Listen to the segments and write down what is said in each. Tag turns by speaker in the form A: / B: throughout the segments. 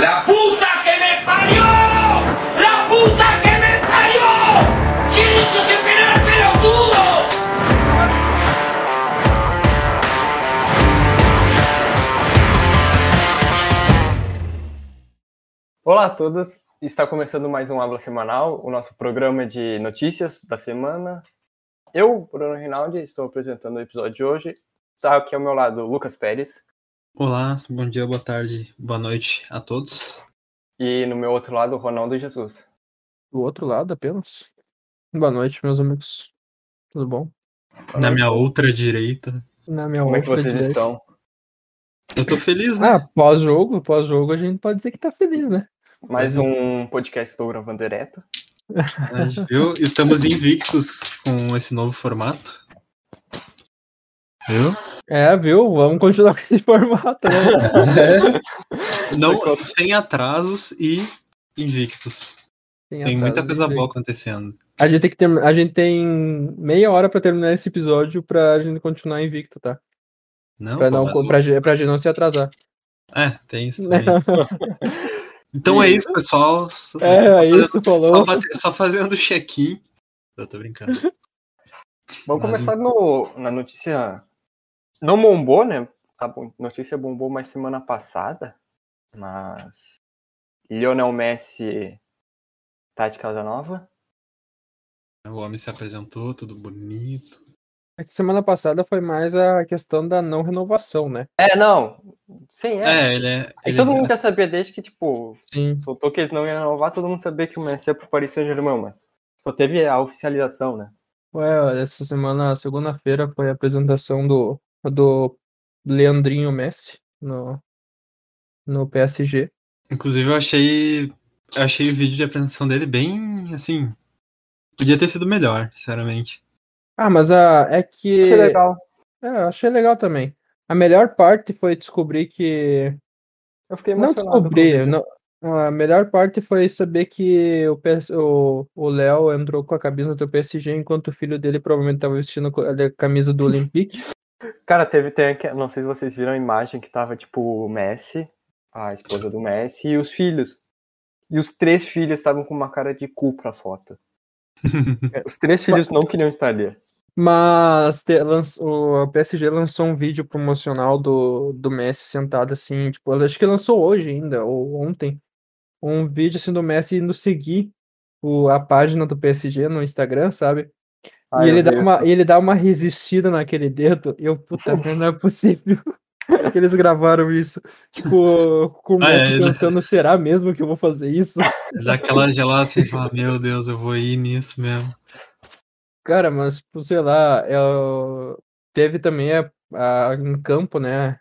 A: La puta que me parió! La puta que me parió! ¿Quién hizo ese penal, pelotudos?
B: Olá a todos, está começando mais um Habla Semanal, o nosso programa de notícias da semana. Eu, Bruno Rinaldi, estou apresentando o episódio de hoje. Está aqui ao meu lado o Lucas Pérez
C: Olá, bom dia, boa tarde, boa noite a todos.
B: e no meu outro lado o Ronaldo Jesus.
D: Do outro lado apenas? Boa noite, meus amigos. Tudo bom?
C: Na minha outra direita.
D: Na minha
B: Como é que
D: outra
B: vocês
D: direita.
B: estão?
C: Eu tô feliz, né?
D: Ah, pós-jogo, pós-jogo a gente pode dizer que tá feliz, né?
B: Mais um podcast estou gravando direto.
C: É, Viu? Estamos invictos com esse novo formato. Viu?
D: É, viu? Vamos continuar com esse formato, né?
C: Não, sem atrasos e invictos. Tem muita
D: atraso,
C: coisa
D: tem-
C: boa acontecendo.
D: A gente tem que terminar. A gente tem meia hora pra terminar esse episódio pra gente continuar invicto, tá?
C: Não,
D: Pra,
C: pô,
D: não,
C: mas o-
D: pra, ge- pra gente não se atrasar.
C: É, tem isso também. Então é isso, pessoal. Só-
D: é, é isso,
C: Só,
D: falou.
C: bate- só fazendo o check-in. Eu tô brincando.
B: Vamos
C: Mas-
B: começar no, na notícia. Não bombou, né? A bom- notícia bombou mais semana passada. Mas. Lionel Messi tá de casa nova.
C: O homem se apresentou, tudo bonito.
D: É que semana passada foi mais a questão da não renovação, né?
B: É, não. Sim, é.
C: É, ele é.
B: E
C: ele
B: todo
C: é-
B: mundo já sabia desde que, tipo,
D: Sim.
B: soltou que eles não iam renovar, todo mundo sabia que o Messi ia pro Paris Saint-Germain, mas só teve a oficialização, né?
D: Ué, essa semana, segunda-feira, foi a apresentação do, do Leandrinho Messi no, no PSG.
C: Inclusive, eu achei, eu achei o vídeo de apresentação dele bem, assim, podia ter sido melhor, sinceramente.
D: Ah, mas a, é que.
B: Isso é legal.
D: É, eu achei legal também. A melhor parte foi descobrir que.
B: Eu fiquei
D: Não
B: emocionado.
D: descobri, não- a melhor parte foi saber que o PS o o Léo entrou com a camisa do PSG enquanto o filho dele provavelmente estava vestindo co- a camisa do Olympique.
B: Cara, teve, tem, aqu- não sei se vocês viram a imagem que tava, tipo, o Messi, a esposa do Messi e os filhos. E os três filhos estavam com uma cara de cu pra foto. Os três filhos não queriam estar ali.
D: Mas te- lanç- o a PSG lançou um vídeo promocional do, do Messi sentado assim, tipo, eu acho que lançou hoje ainda, ou ontem, um vídeo assim do Messi indo seguir o, a página do PSG no Instagram, sabe?
B: Ah,
D: E
B: eu
D: ele dá
B: vi.
D: uma, ele dá uma resistida naquele dedo, e eu, puta, merda, não é possível que eles gravaram isso. Tipo, com o
C: Ah, é,
D: Messi
C: ele-
D: pensando, será mesmo que eu vou fazer isso?
C: Dá aquela gelada assim, fala, meu Deus, eu vou ir nisso mesmo.
D: Cara, mas, tipo, sei lá, eu... teve também a, a- em campo, né?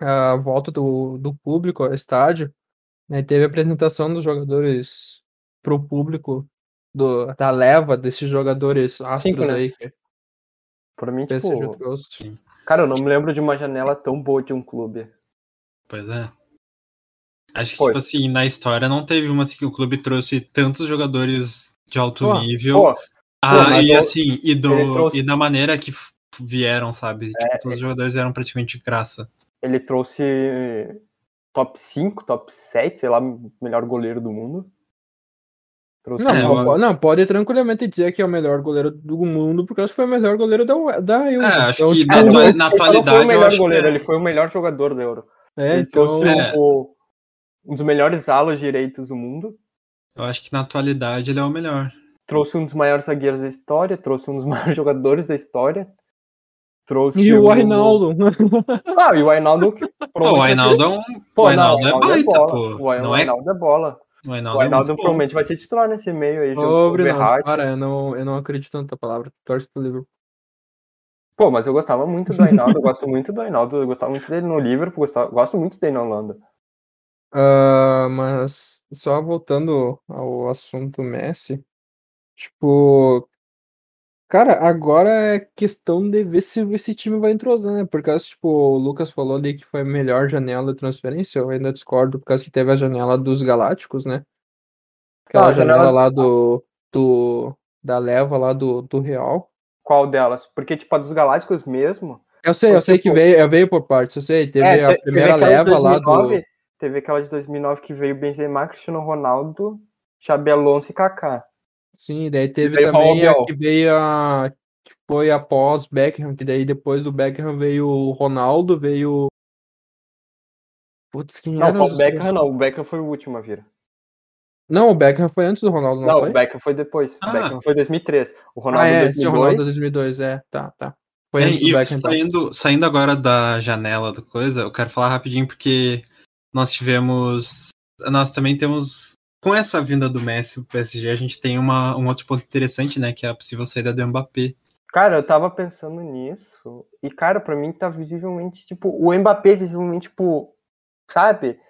D: A volta do, do público ao estádio, né? Teve a apresentação dos jogadores pro público do, da leva desses jogadores astros
B: né?
D: aí que o
B: Por mim,
D: PSG
B: tipo,
D: trouxe.
B: cara, eu não me lembro de uma janela tão boa de um clube.
C: Pois é. Acho que,
B: Pô.
C: tipo assim, na história não teve uma assim que o clube trouxe tantos jogadores de alto
D: Pô,
C: nível.
B: Pô,
C: ah,
B: mas
C: e
B: eu-
C: assim, e, do,
B: ele trouxe- É,
C: e da maneira que f- vieram, sabe? Tipo, todos os jogadores eram praticamente de graça.
B: ele trouxe top 5, top 7, sei lá, melhor goleiro do mundo. Trouxe
D: Não,
C: É,
D: po-
C: eu-
D: não, pode tranquilamente dizer que é o melhor goleiro do mundo, porque eu acho que foi o melhor goleiro da, UE- da Euro.
C: É, acho
D: Então,
C: que
D: tipo,
C: na,
B: ele
C: atua-
B: não-
C: na
B: ele só não foi o
C: atualidade eu
B: melhor
C: acho
B: goleiro,
C: que.
B: ele foi o melhor jogador da Euro.
D: é,
B: ele
D: então,
B: trouxe
C: É.
B: o- um dos melhores alas direitos do mundo,
C: Eu acho que na atualidade ele é o melhor.
B: trouxe um dos maiores zagueiros da história, trouxe um dos maiores jogadores da história. Trouxe um-
D: E o Arnaldo.
B: Ah, e o Ainaldo que
C: Pô, o Ainaldo é um. o Ainaldo é baita,
B: bola.
C: pô.
B: O Ai-
C: Não
B: o
C: é-
B: Ainaldo é bola.
C: O
B: O
C: Ainaldo é
B: Ainaldo um
C: muito bom.
B: provavelmente vai ser titular nesse meio aí, junto com
D: Ô,
B: o
D: Brinaldo,
B: Verratti.
D: para, eu não, eu não acredito na tua palavra. Torce pro Liverpool.
B: Pô, mas eu gostava muito do Ainaldo, eu gosto muito do Ainaldo, eu gostava muito dele no Liverpool, gostava, gosto muito dele na Holanda.
D: Ah, mas só voltando ao assunto Messi, tipo, cara, agora é questão de ver se esse time vai entrosar, né? Por causa, tipo, o Lucas falou ali que foi a melhor janela de transferência, eu ainda discordo, por causa que teve a janela dos Galácticos, né? Aquela
B: Ah, a janela-
D: janela lá do, do, da leva lá do, do Real.
B: Qual delas? Porque, tipo, a dos Galácticos mesmo,
D: Eu sei, eu
B: Porque,
D: sei que
B: pô,
D: veio, veio por partes, eu sei, teve a
B: É, te- teve
D: primeira
B: aquela de
D: leva lá do.
B: 2009, Teve aquela de 2009 que veio Benzema, Cristiano Ronaldo, Xabi Alonso e Kaká.
D: Sim, daí teve
B: veio o Raul
D: também a
B: Biel.
D: que veio a. que foi após Beckham, que daí depois do Beckham veio o Ronaldo, veio. Putz, quem
B: Não,
D: eram
B: pô, o
D: os-
B: Beckham não. O Beckham foi o último a vir.
D: Não, o Beckham foi antes do Ronaldo, não,
B: Não,
D: foi?
B: o Beckham foi depois.
C: Ah.
B: O Beckham foi 2003. O
D: Ah,
B: Ronaldo
D: é, esse é o
B: 2002.
D: Ronaldo 2002, é, tá, tá. Foi
C: É,
D: antes do
C: e
D: Beckham, tá.
C: saindo, saindo agora da janela do coisa, eu quero falar rapidinho porque nós tivemos. Nós também temos. Com essa vinda do Messi pro PSG, a gente tem uma, um outro ponto interessante, né? Que é a possível saída do Mbappé.
B: Cara, eu tava pensando nisso. E, cara, pra mim tá visivelmente, tipo, o Mbappé visivelmente, tipo, sabe?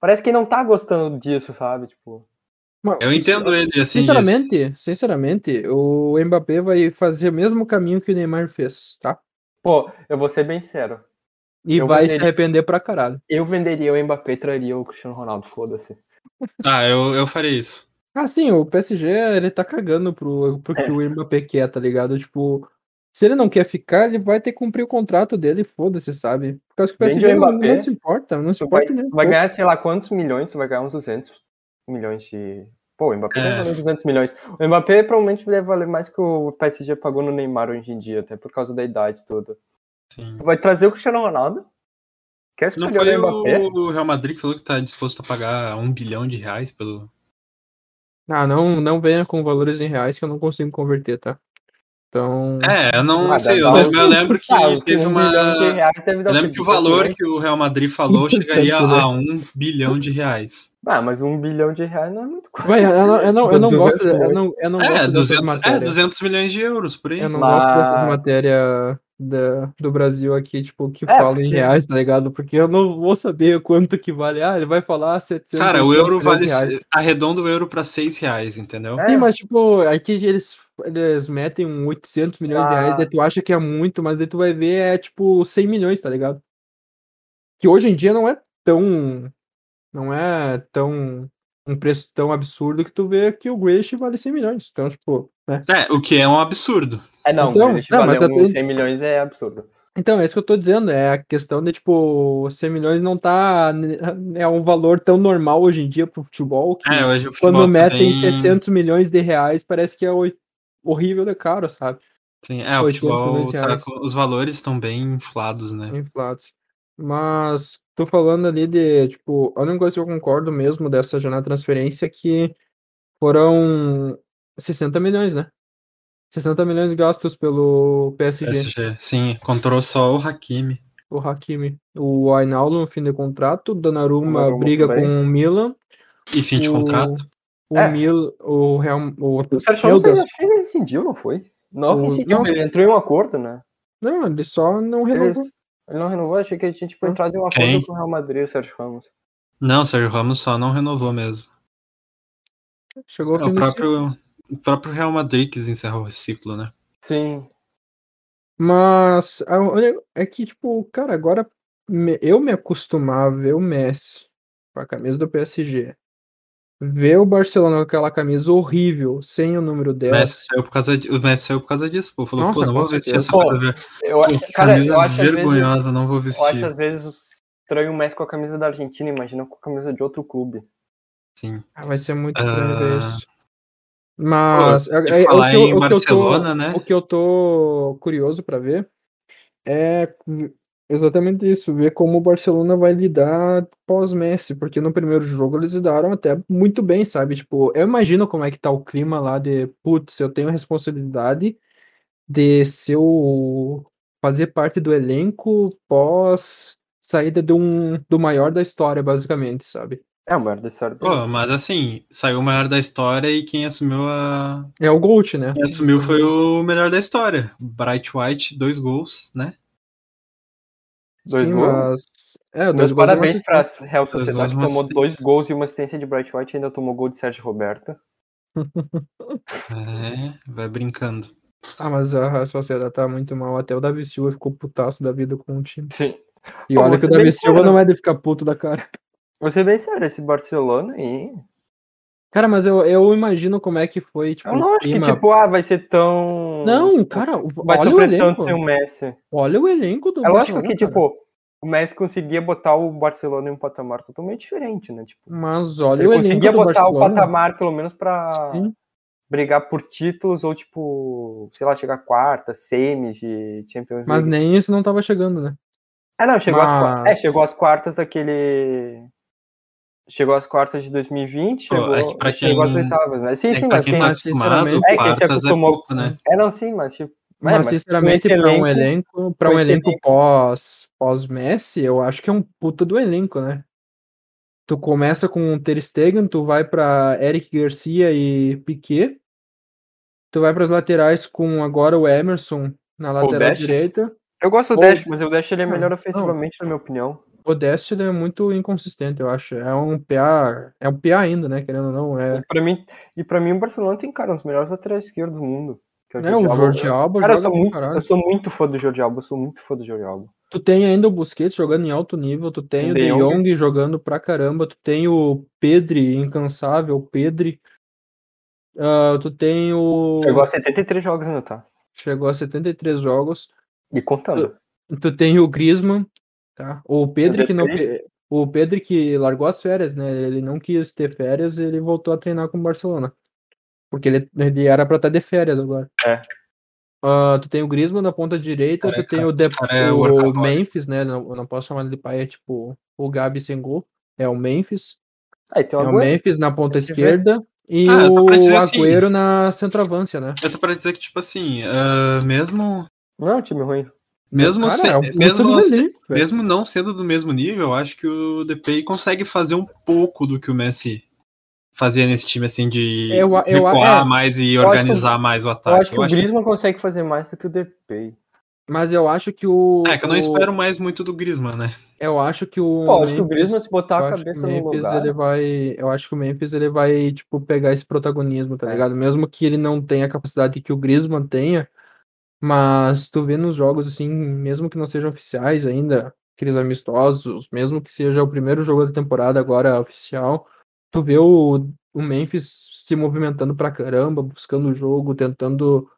B: Parece que ele não tá gostando disso, sabe? Tipo,
D: Mas,
C: Eu entendo ele, assim.
D: Sinceramente, sinceramente, o Mbappé vai fazer o mesmo caminho que o Neymar fez, tá?
B: pô, eu vou ser bem sério.
D: E
B: Eu
D: vai se
B: venderia-
D: arrepender pra caralho.
B: Eu venderia o Mbappé e traria o Cristiano Ronaldo, foda-se.
C: de- Ah, eu, eu farei isso.
D: Ah, sim, o PSG, ele tá cagando pro, pro
B: É.
D: que o Mbappé quer, tá ligado? Tipo, se ele não quer ficar, ele vai ter que cumprir o contrato dele, foda-se, sabe? Por causa que o
B: Vende o
D: PSG não, não
B: Mbappé.
D: se importa, não se
B: Tu vai,
D: importa nem um
B: vai
D: pouco.
B: ganhar, sei lá, quantos milhões? Tu vai ganhar uns 200 milhões de. Pô, o Mbappé deve
C: É.
B: valer 200 milhões. O Mbappé provavelmente deve valer mais que o PSG pagou no Neymar hoje em dia, até por causa da idade toda.
C: Sim.
B: Tu vai trazer o Cristiano Ronaldo? Quer
C: Não
B: escolher o
C: foi
B: Mbappé?
C: o Real Madrid que falou que tá disposto a pagar um bilhão de reais pelo.
D: Ah, não, não venha com valores em reais que eu não consigo converter, tá? Então,
C: É, eu não
B: Ah,
C: sei,
B: dá- dá
C: eu, lembro- eu lembro que
B: Ah,
C: teve
B: um
C: uma.
B: milhão de reais deve dar
C: Eu lembro
B: tipo
C: que o
B: 200
C: valor
B: milhões.
C: que o Real Madrid falou chegaria
D: né?
C: a um bilhão de reais.
B: Ah, mas um bilhão de reais não é muito coisa.
D: vai, eu, não- eu não, eu não
B: 200
D: gosto, eu
B: milhões.
D: não, eu não
C: É
D: gosto dessas
C: 200, é,
D: matérias.
C: 200 milhões de euros por aí.
D: Eu não
B: Mas-
D: gosto dessas matérias da- do Brasil aqui, tipo, que
B: É,
D: falam em
B: porque-
D: reais, tá ligado? Porque eu não vou saber quanto que vale. Ah, ele vai falar 700
C: Cara, o euro
D: 800
C: vale.
D: reais.
C: Arredonda o euro pra 6 reais, entendeu?
B: É.
D: Sim, mas tipo, aqui eles, eles metem um 800 milhões de reais,
B: Ah.
D: daí tu acha que é muito, mas daí tu vai ver é tipo 100 milhões, tá ligado? Que hoje em dia não é tão. Não é tão. Um preço tão absurdo que tu vê que o Grish vale 100 milhões. Então, tipo, né?
C: É, o que é um absurdo.
B: É não,
D: Então,
B: Grealish
D: não, mas
B: valer
D: eu tô-
B: uns 100 milhões é absurdo.
D: Então, é isso que eu tô dizendo, é a questão de, tipo, 100 milhões não tá, é um valor tão normal hoje em dia pro futebol, que
C: É, hoje o futebol
D: quando metem
C: também-
D: 700 milhões de reais, parece que é oi- horrível de caro, sabe?
C: Sim, é, o
D: 800 milhões
C: futebol
D: de
C: tá
D: reais.
C: com- os valores estão bem inflados, né?
D: Inflados. Mas, tô falando ali de, tipo, a única coisa que eu concordo mesmo dessa janela de transferência é que foram 60 milhões, né? 60 milhões gastos pelo PSG.
C: PSG. Sim, controlou só o Hakimi.
D: o Hakimi, o Ainaldo no fim de contrato, o Donnarumma
B: Donnarumma
D: briga
B: também.
D: com o Milan,
C: E fim de
D: O-
C: contrato.
D: o
B: É.
D: Mil, o Real, o
B: O Sérgio
D: meu
B: Ramos, é
D: Deus,
B: acho que ele rescindiu, não foi? Não
D: O-
B: rescindiu,
D: não.
B: ele entrou em um acordo, né?
D: não, ele só não
B: Ele,
D: renovou.
B: ele não renovou, achei que a gente foi
D: Hum.
B: entrar em um acordo
C: Quem?
B: com o Real Madrid, o Sérgio Ramos.
C: Não, o Sérgio Ramos só não renovou mesmo.
D: Chegou ao
C: É, o
D: fim do ciclo.
C: próprio, o próprio Real Madrid que encerrou o ciclo, né?
B: Sim.
D: Mas a uni- é que tipo, cara, agora me- eu me acostumava a ver o Messi com a camisa do PSG. Ver o Barcelona com aquela camisa horrível, sem o número
C: O
D: 10.
C: Messi saiu por causa, di- o Messi saiu por causa disso, pô. Falou,
D: Nossa,
C: pô, não vou
D: com
C: vestir
D: certeza.
C: essa
B: Pô,
C: coisa,
B: Eu,
C: Pô,
B: cara,
C: camisa
B: eu acho
C: vergonhosa,
B: Às vezes,
C: não vou
B: eu
C: vestir.
B: acho às vezes estranho o Messi com a camisa da Argentina, imagina com a camisa de outro clube.
C: Sim.
D: Ah, vai ser muito estranho ver
C: Ah.
D: isso. Mas é-
C: E
D: é- é o
C: falar
D: que eu-
C: em
D: o que eu tô-
C: Barcelona, né?
D: O que eu tô curioso pra ver é exatamente isso, ver como o Barcelona vai lidar pós-Messi, porque no primeiro jogo eles lidaram até muito bem, sabe? Tipo, eu imagino como é que tá o clima lá de, putz, eu tenho a responsabilidade de ser o fazer parte do elenco pós saída de um do maior da história, basicamente, sabe?
B: É o maior da história do
C: Pô, mas assim, saiu o maior da história e quem assumiu a.
D: É o Gold, né?
C: Quem assumiu foi o melhor da história. Bright White, dois gols, né?
B: Dois
D: Sim,
B: gols.
D: mas é,
B: Meus
D: dois gols e uma
B: parabéns para
D: assistência.
B: Real
C: Dois
B: Sociedade,
C: gols e
B: que
C: uma
B: tomou dois
C: assistência.
B: gols e uma assistência de Bright White, ainda tomou gol de Sérgio Roberto.
C: É, vai brincando.
D: Ah, mas a Real Sociedade tá muito mal. Até o Davi Silva ficou putaço da vida com o time.
B: Sim.
D: E
B: Pô,
D: olha
B: vou
D: que
B: ser
D: o Davi
B: bem
D: Silva
B: sério.
D: não é de ficar puto da cara.
B: Vou ser bem sério, esse Barcelona aí. é
D: Cara, mas eu, eu imagino como é que foi, tipo,
B: Eu não
D: o
B: acho que,
D: clima.
B: tipo, ah, vai ser tão.
D: Não, cara, o-
B: Vai
D: olha o
B: sofrer tanto
D: elenco.
B: sem o Messi.
D: Olha o elenco do
B: É lógico
D: Barcelona,
B: que,
D: cara.
B: tipo, o Messi conseguia botar o Barcelona em um patamar totalmente diferente, né? Tipo,
D: Mas olha
B: ele
D: o elenco
B: conseguia
D: do
B: botar o
D: Barcelona.
B: patamar, pelo menos, pra
D: Sim.
B: brigar por títulos ou, tipo, sei lá, chegar à quarta, semis de Champions
D: Mas
B: League.
D: nem isso não tava chegando, né?
B: Ah, não, chegou, às quartas, é,
D: Mas-
B: chegou às quartas daquele. Chegou às quartas de 2020,
C: Pô,
B: chegou,
C: é que pra
B: chegou às
C: quem-
B: oitavas, né? Sim,
C: É
B: sim,
C: que pra
B: mas
C: quem
B: quem.
C: tá
D: mas,
C: acostumado,
D: sinceramente-
B: É, quem se
C: quartas é
B: acostumou,
C: pouco, né?
B: É, não, sim, mas tipo.
D: Mas,
B: mas com
D: sinceramente,
B: esse
D: pra um elenco, pra
B: com
D: um
B: esse
D: elenco
B: elenco-
D: pós, pós Messi, eu acho que é um puta do elenco, né? Tu começa com o Ter Stegen, tu vai pra Eric Garcia e Piquet. Tu vai pras laterais com agora o Emerson na lateral
B: Dest?
D: direita.
B: Eu gosto do
D: Ou-
B: Dash, mas o Dash ele é melhor
D: não.
B: ofensivamente, na minha opinião.
D: O Dest ele é muito inconsistente, eu acho. É um PA, é um PA ainda, né? Querendo ou não, é.
B: E pra mim, e pra mim o Barcelona tem, cara, um dos melhores laterais esquerdos do mundo. que é
D: Né, o Jorge Alba
B: Cara, eu
D: joga
B: sou,
D: pra
B: muito,
D: caralho.
B: eu sou muito fã do Jordi Alba, eu sou muito fã do Jordi Alba.
D: Tu tem ainda o Busquets jogando em alto nível, tu tem o
B: De
D: De
B: Jong.
D: Jong jogando pra caramba, tu tem o Pedri, incansável, Pedri. Ah, tu tem o.
B: Chegou a 73 jogos ainda, tá?
D: Chegou a 73 jogos.
B: E contando.
D: Tu tem o Griezmann, tá? O Pedri que não.
B: Pedri.
D: O Pedri que largou as férias, né? Ele não quis ter férias e ele voltou a treinar com o Barcelona. Porque ele, ele era pra estar de férias agora.
B: É.
D: Ah, tu tem o Griezmann na ponta direita, tu
C: Careca.
D: tem o, Dep
C: Cara, é
D: o
C: workaholic.
D: Memphis, né? Não, eu não posso chamar ele de pai, é tipo o Gabi sem gol. É o Memphis.
B: Aí tem
D: É
B: o
D: o
B: Agüero.
D: Memphis na ponta
B: Tá Tem que ver.
D: esquerda e
C: Ah,
D: o
C: dá pra dizer assim.
D: Agüero na centroavância, né?
C: Eu tô pra dizer que, tipo assim, ah, mesmo,
B: Não, é um time ruim.
C: mesmo,
D: Cara,
C: se-
D: é um puta
C: mesmo,
D: do
C: se-
D: elenco, velho.
C: mesmo não sendo do mesmo nível, eu acho que o DPI consegue fazer um pouco do que o Messi fazia nesse time, assim, de
D: Eu a- eu a-
C: recuar
D: é.
C: mais e
B: acho que-
C: organizar mais o
B: Eu
C: ataque.
B: acho que
C: Tá, Eu
B: o
C: acho que-
B: Griezmann consegue fazer mais do que o Depay.
D: Mas eu acho que o.
C: É, que eu não
D: o-
C: espero mais muito do Griezmann, né?
D: Eu acho que o.
B: Pô, acho que o
D: Hum, Memphis-
B: Griezmann se botar
D: Eu
B: a
D: acho que o
B: cabeça no
D: Memphis,
B: lugar. né?
D: ele é vai, eu acho que o Memphis ele vai tipo pegar esse protagonismo, tá
B: É.
D: ligado? Mesmo que ele não tenha a capacidade que o Griezmann tenha, mas tu vê nos jogos assim, mesmo que não sejam oficiais ainda, aqueles amistosos, mesmo que seja o primeiro jogo da temporada agora oficial, tu vê o, o Memphis se movimentando pra caramba, buscando o jogo, tentando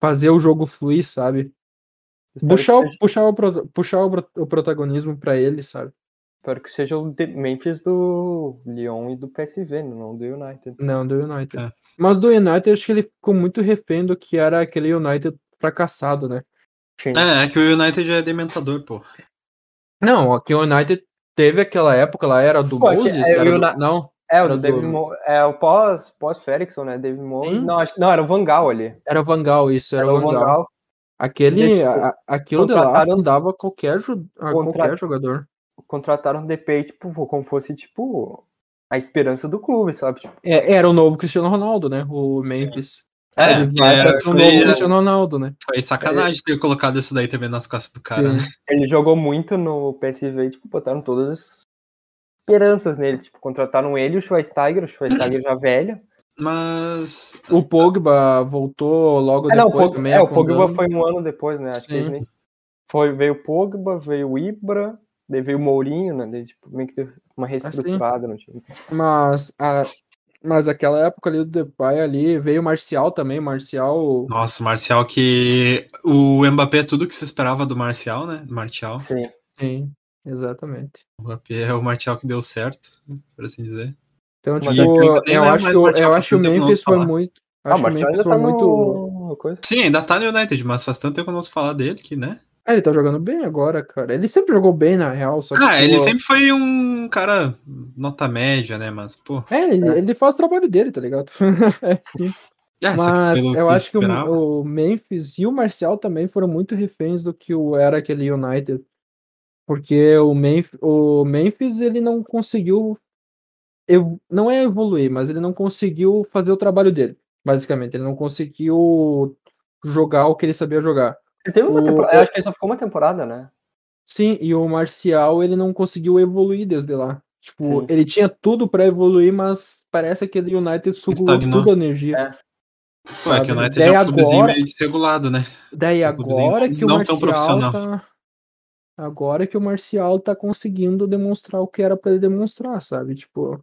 D: fazer o jogo fluir, sabe?
B: Espero que
D: Puxar, o-
B: seja-
D: puxar, o, pro- puxar o, pro- o protagonismo pra ele, sabe?
B: Espero que seja o de- Memphis do Lyon e do PSV, né, não do United.
D: Não, do United.
C: É.
D: Mas do United, acho que ele ficou muito refém do que era aquele United fracassado, né?
C: É, é que o United é dementador, pô.
D: Não, aqui o United teve aquela época, lá era do
B: Pô, é que-
D: Moses,
B: é,
D: era
B: o
D: do-
B: Uni-
D: não,
B: É, o
D: Era
B: do David
D: do-
B: Mo... É o pós, pós Ferguson, né? David Moyes.
D: Sim.
B: Não, acho... não, era o Vangal ali.
D: era Van Gaal, isso, era,
B: Era o
D: Van Gaal.
B: Vangal.
D: Aquele,
B: E, tipo,
D: a- aquilo de lá
B: contrataram-
D: fundava qualquer, ju- a
B: Contra-
D: qualquer jogador.
B: Contrataram o DP, tipo, como fosse, tipo, a esperança do clube, sabe? Tipo,
D: É, era o novo Cristiano Ronaldo, né? O Memphis.
B: É,
C: É,
D: Ele
C: porque
D: vai pra
C: era-
D: ser o novo
C: foi,
D: Cristiano Ronaldo, né?
C: foi sacanagem ter colocado isso daí também nas costas do cara, né?
D: Sim.
B: ele jogou muito no PSV, tipo, botaram todas as esperanças nele. Tipo, contrataram ele e o Schweinsteiger, o Schweinsteiger já velho.
C: Mas.
D: O Pogba voltou logo
B: É, não, o
D: depois
B: Pogba,
D: também.
B: é, o Pogba
D: afundando.
B: foi um ano depois, né? Acho que
D: Sim.
B: ele nem- foi, veio o Pogba, veio o Ibra, daí veio o Mourinho, né? Daí, tipo, meio que deu
D: Ah,
B: uma reestruturada no time.
D: Mas, a, mas aquela época ali do Depay ali, veio o Marcial também, Marcial.
C: Nossa, o Marcial que. O Mbappé é tudo que se esperava do Marcial, né? Do Martial.
B: Sim. Ah,
D: Sim, exatamente.
C: O Mbappé é o Martial que deu certo, por assim dizer.
D: Então,
B: Mas
D: tipo,
C: é que eu nem
D: eu
C: lembro
D: acho
C: mais
D: que,
C: do
D: o-
C: Martial,
D: eu
C: faz
D: acho que o
C: tempo que eu não
D: Memphis
C: ouço
D: foi
C: falar.
D: muito.
B: Ah, o
D: Acho que o
B: Martial
D: Memphis
B: ainda
D: foi
B: tá
D: muito.
B: no... no coisa.
C: Sim, ainda tá no United, mas faz tanto tempo que eu não ouço falar dele que, né?
D: Ah, ele tá jogando bem agora, cara. Ele sempre jogou bem na real, só que.
C: Ah, ele
D: tipo,
C: sempre foi um cara nota média, né? Mas, pô.
D: É, ele,
B: É.
D: ele faz o trabalho dele, tá ligado?
C: É, só que
D: Mas
C: pelo
D: eu
C: se
D: acho que
C: esperava-
D: o, o Memphis e o Marcial também foram muito reféns do que o era aquele United. Porque o Memphis, o Memphis ele não conseguiu. ev- Não é evoluir, mas ele não conseguiu fazer o trabalho dele, basicamente. Ele não conseguiu jogar o que ele sabia jogar.
B: Ele teve uma
D: O-
B: temporada, eu acho que ele só ficou uma temporada, né?
D: Sim, e o Marcial ele não conseguiu evoluir desde lá. Tipo,
B: Sim.
D: ele tinha tudo pra evoluir, mas parece que aquele United sugou
C: Estagnou.
D: toda a energia.
B: É.
C: Pô, é que o
D: sabe?
C: United
D: Daí
C: é um clubezinho
D: agora-
C: meio desregulado, né?
D: Daí
C: Um clubezinho
D: agora que o
C: não tão
D: Marcial
C: profissional.
D: tá. Agora que o Marcial tá conseguindo demonstrar o que era pra ele demonstrar, sabe? Tipo.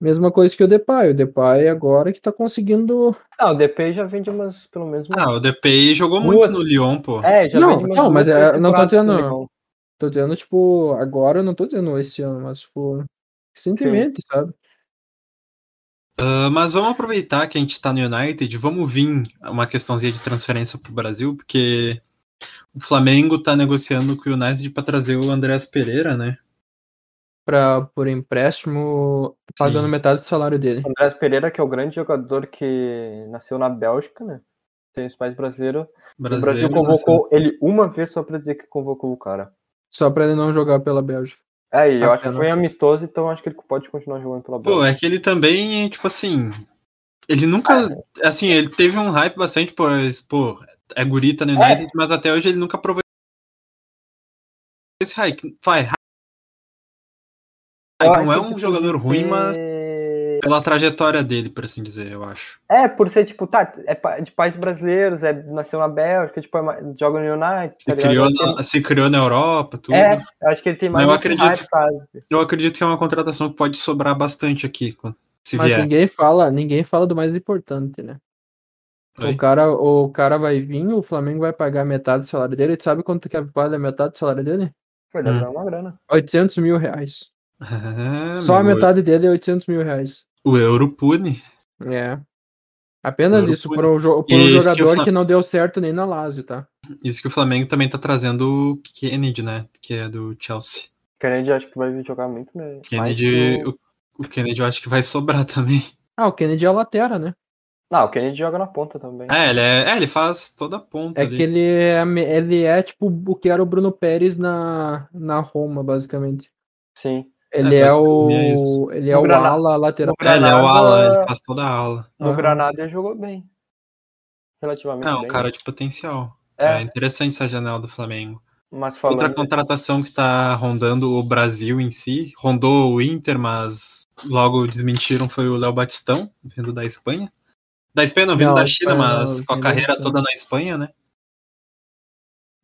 D: Mesma coisa que o Depay. O Depay agora que tá conseguindo.
B: Ah, o DP já vende umas, pelo menos. umas-
C: Ah, o DPI jogou muito
B: Duas.
C: no Lyon, pô.
B: É, já
D: Não,
B: vende umas
D: não,
B: duas,
D: mas
B: três
D: é- não tô
B: temporadas
D: dizendo-
B: pro Leão.
D: Tô dizendo, tipo, agora, eu não tô dizendo esse ano, mas, tipo, recentemente, sabe?
C: Ah, mas vamos aproveitar que a gente tá no United, vamos vir uma questãozinha de transferência pro Brasil, porque o Flamengo tá negociando com o United pra trazer o Andrés Pereira, né?
D: Pra, por empréstimo,
B: Tá
D: pagando
C: Sim.
D: metade do salário dele.
B: André Pereira, que é o grande jogador que nasceu na Bélgica, né? Tem os pais brasileiros. O Brasil
C: Brasileiro,
B: convocou ele uma vez só pra dizer que convocou o cara.
D: Só pra ele não jogar pela Bélgica.
B: É, e eu
D: Ah,
B: acho que
D: pena.
B: foi amistoso, então acho que ele pode continuar jogando pela
C: Pô,
B: bola.
C: é que ele também, é, tipo assim. Ele nunca.
B: Ah,
C: Assim, ele teve um hype bastante, pois, pô, é gurita no United, mas até hoje ele nunca aproveitou esse hype. Vai, hype. Não é um jogador ruim, mas pela trajetória dele, por assim dizer, eu acho.
B: É, por ser, tipo, tá, é pa- de pais brasileiros, é, nasceu na Bélgica, tipo, é, ma- joga no United,
C: Se
B: tá
C: criou,
B: ligado?
C: na, se criou na Europa, tudo.
B: É, eu acho que ele tem mais
C: Mas eu
B: esse
C: acredito-
B: hype, sabe?
C: Eu acredito que é uma contratação que pode sobrar bastante aqui, quando- se
D: Mas um
C: vier.
D: ninguém fala, ninguém fala do mais importante, né?
C: Oi?
D: O cara, o cara vai vir, o Flamengo vai pagar metade do salário dele. Tu sabe quanto que vale a metade do salário dele?
B: Pô, deve
C: Hum.
B: dar uma grana.
D: 800 mil reais.
C: Ah,
D: Só a
C: meu,
D: metade dele é 800 mil reais.
C: O euro pune.
D: É. Apenas
C: Ouro
D: isso,
C: puro.
D: por um, jo- por um
C: Esse que eu
D: jogador
C: fa-
D: que não deu certo nem na Lazio, tá?
C: Isso que o Flamengo também tá trazendo o Kennedy, né? Que é do Chelsea.
B: Kennedy acho que vai vir jogar muito, né? mais
C: Kennedy,
B: que o-
C: o, o Kennedy eu acho que vai sobrar também.
D: Ah, o Kennedy é a lateral, né?
B: Não, o Kennedy joga na ponta também.
C: É, ele, é, é, ele faz toda a ponta
D: É
C: ali.
D: que ele é, me- ele é tipo o que era o Bruno Pérez na, na Roma, basicamente.
B: Sim.
D: Ele
C: É,
D: é,
C: basicamente
D: o. Ele é
B: No
D: o
B: Granada-
D: ala lateral.
B: no
C: É, ele é o
B: Granada-
C: ala, ele faz toda a ala.
B: No
D: Aham.
B: Granada ele jogou bem. Relativamente
C: É um
B: bem.
C: cara de potencial. É.
B: É,
C: interessante essa janela do Flamengo.
B: mas falando...
C: Outra contratação que tá rondando o Brasil em si, rondou o Inter, mas logo desmentiram foi o Léo Batistão, vindo da Espanha. Da Espanha não, vindo
D: Não,
C: da
D: da
C: China,
D: Espanha
C: mas
D: não,
C: com a
D: vindo da
C: carreira
D: China.
C: toda na Espanha, né?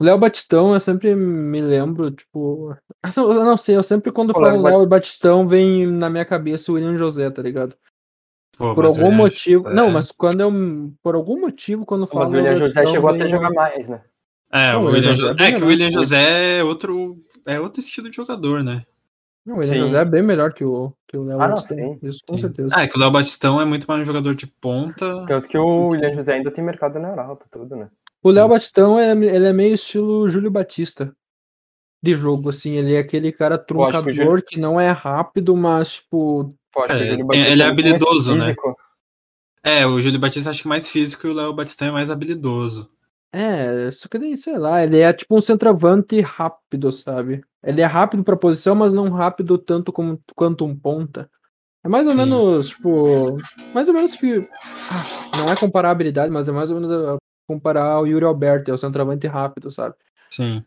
D: O Léo Batistão, eu sempre me lembro, tipo. Eu não sei, eu sempre quando
B: Pô,
D: falo
B: Léo
D: Léo Batistão vem na minha cabeça o William José, tá ligado?
C: Pô,
D: Por
C: mas
D: algum
C: ele-
D: motivo.
C: é.
D: Não, mas quando eu. Por algum motivo, quando eu
B: Mas
D: falo.
B: o William
D: Léo
B: José
D: Batistão,
B: chegou até
D: vem-
B: jogar mais, né?
C: É, o
D: Não, o
C: William
D: William
C: Jo-
D: José é
C: é que o
D: bem
C: William
D: mais-
C: José é outro, é outro estilo de jogador, né?
D: Não, o William
B: Sim.
D: José é bem melhor que o, que o Léo
B: Ah, não,
D: Batistão.
B: sim.
D: Isso, com
C: Sim.
D: certeza.
C: Ah, é que o Léo Batistão é muito mais um jogador de ponta.
B: Tanto que o William José ainda tem mercado na Europa, tudo, né?
D: O Léo
C: Sim.
D: Batistão é, ele é meio estilo Júlio Batista de jogo, assim. Ele é aquele
B: Eu
D: cara
B: acho que o
D: truncador
B: Júlio-
D: que não é rápido, mas, tipo,
B: Pô, acho
C: É,
B: que o Júlio
C: ele-
B: Batista
C: ele é
B: tem esse
C: habilidoso, né?
B: físico.
C: É, o Júlio Batista acho que mais físico e o Léo Batistão é mais habilidoso.
D: é, só que nem, sei lá, ele é tipo um centroavante rápido, sabe? Ele é rápido pra posição, mas não rápido tanto como, quanto um ponta. É mais ou
C: Sim.
D: menos, tipo, mais ou menos que. Ah, não é comparar a habilidade, mas é mais ou menos a- comparar o Yuri Alberto, é o centroavante rápido, sabe?
C: Sim.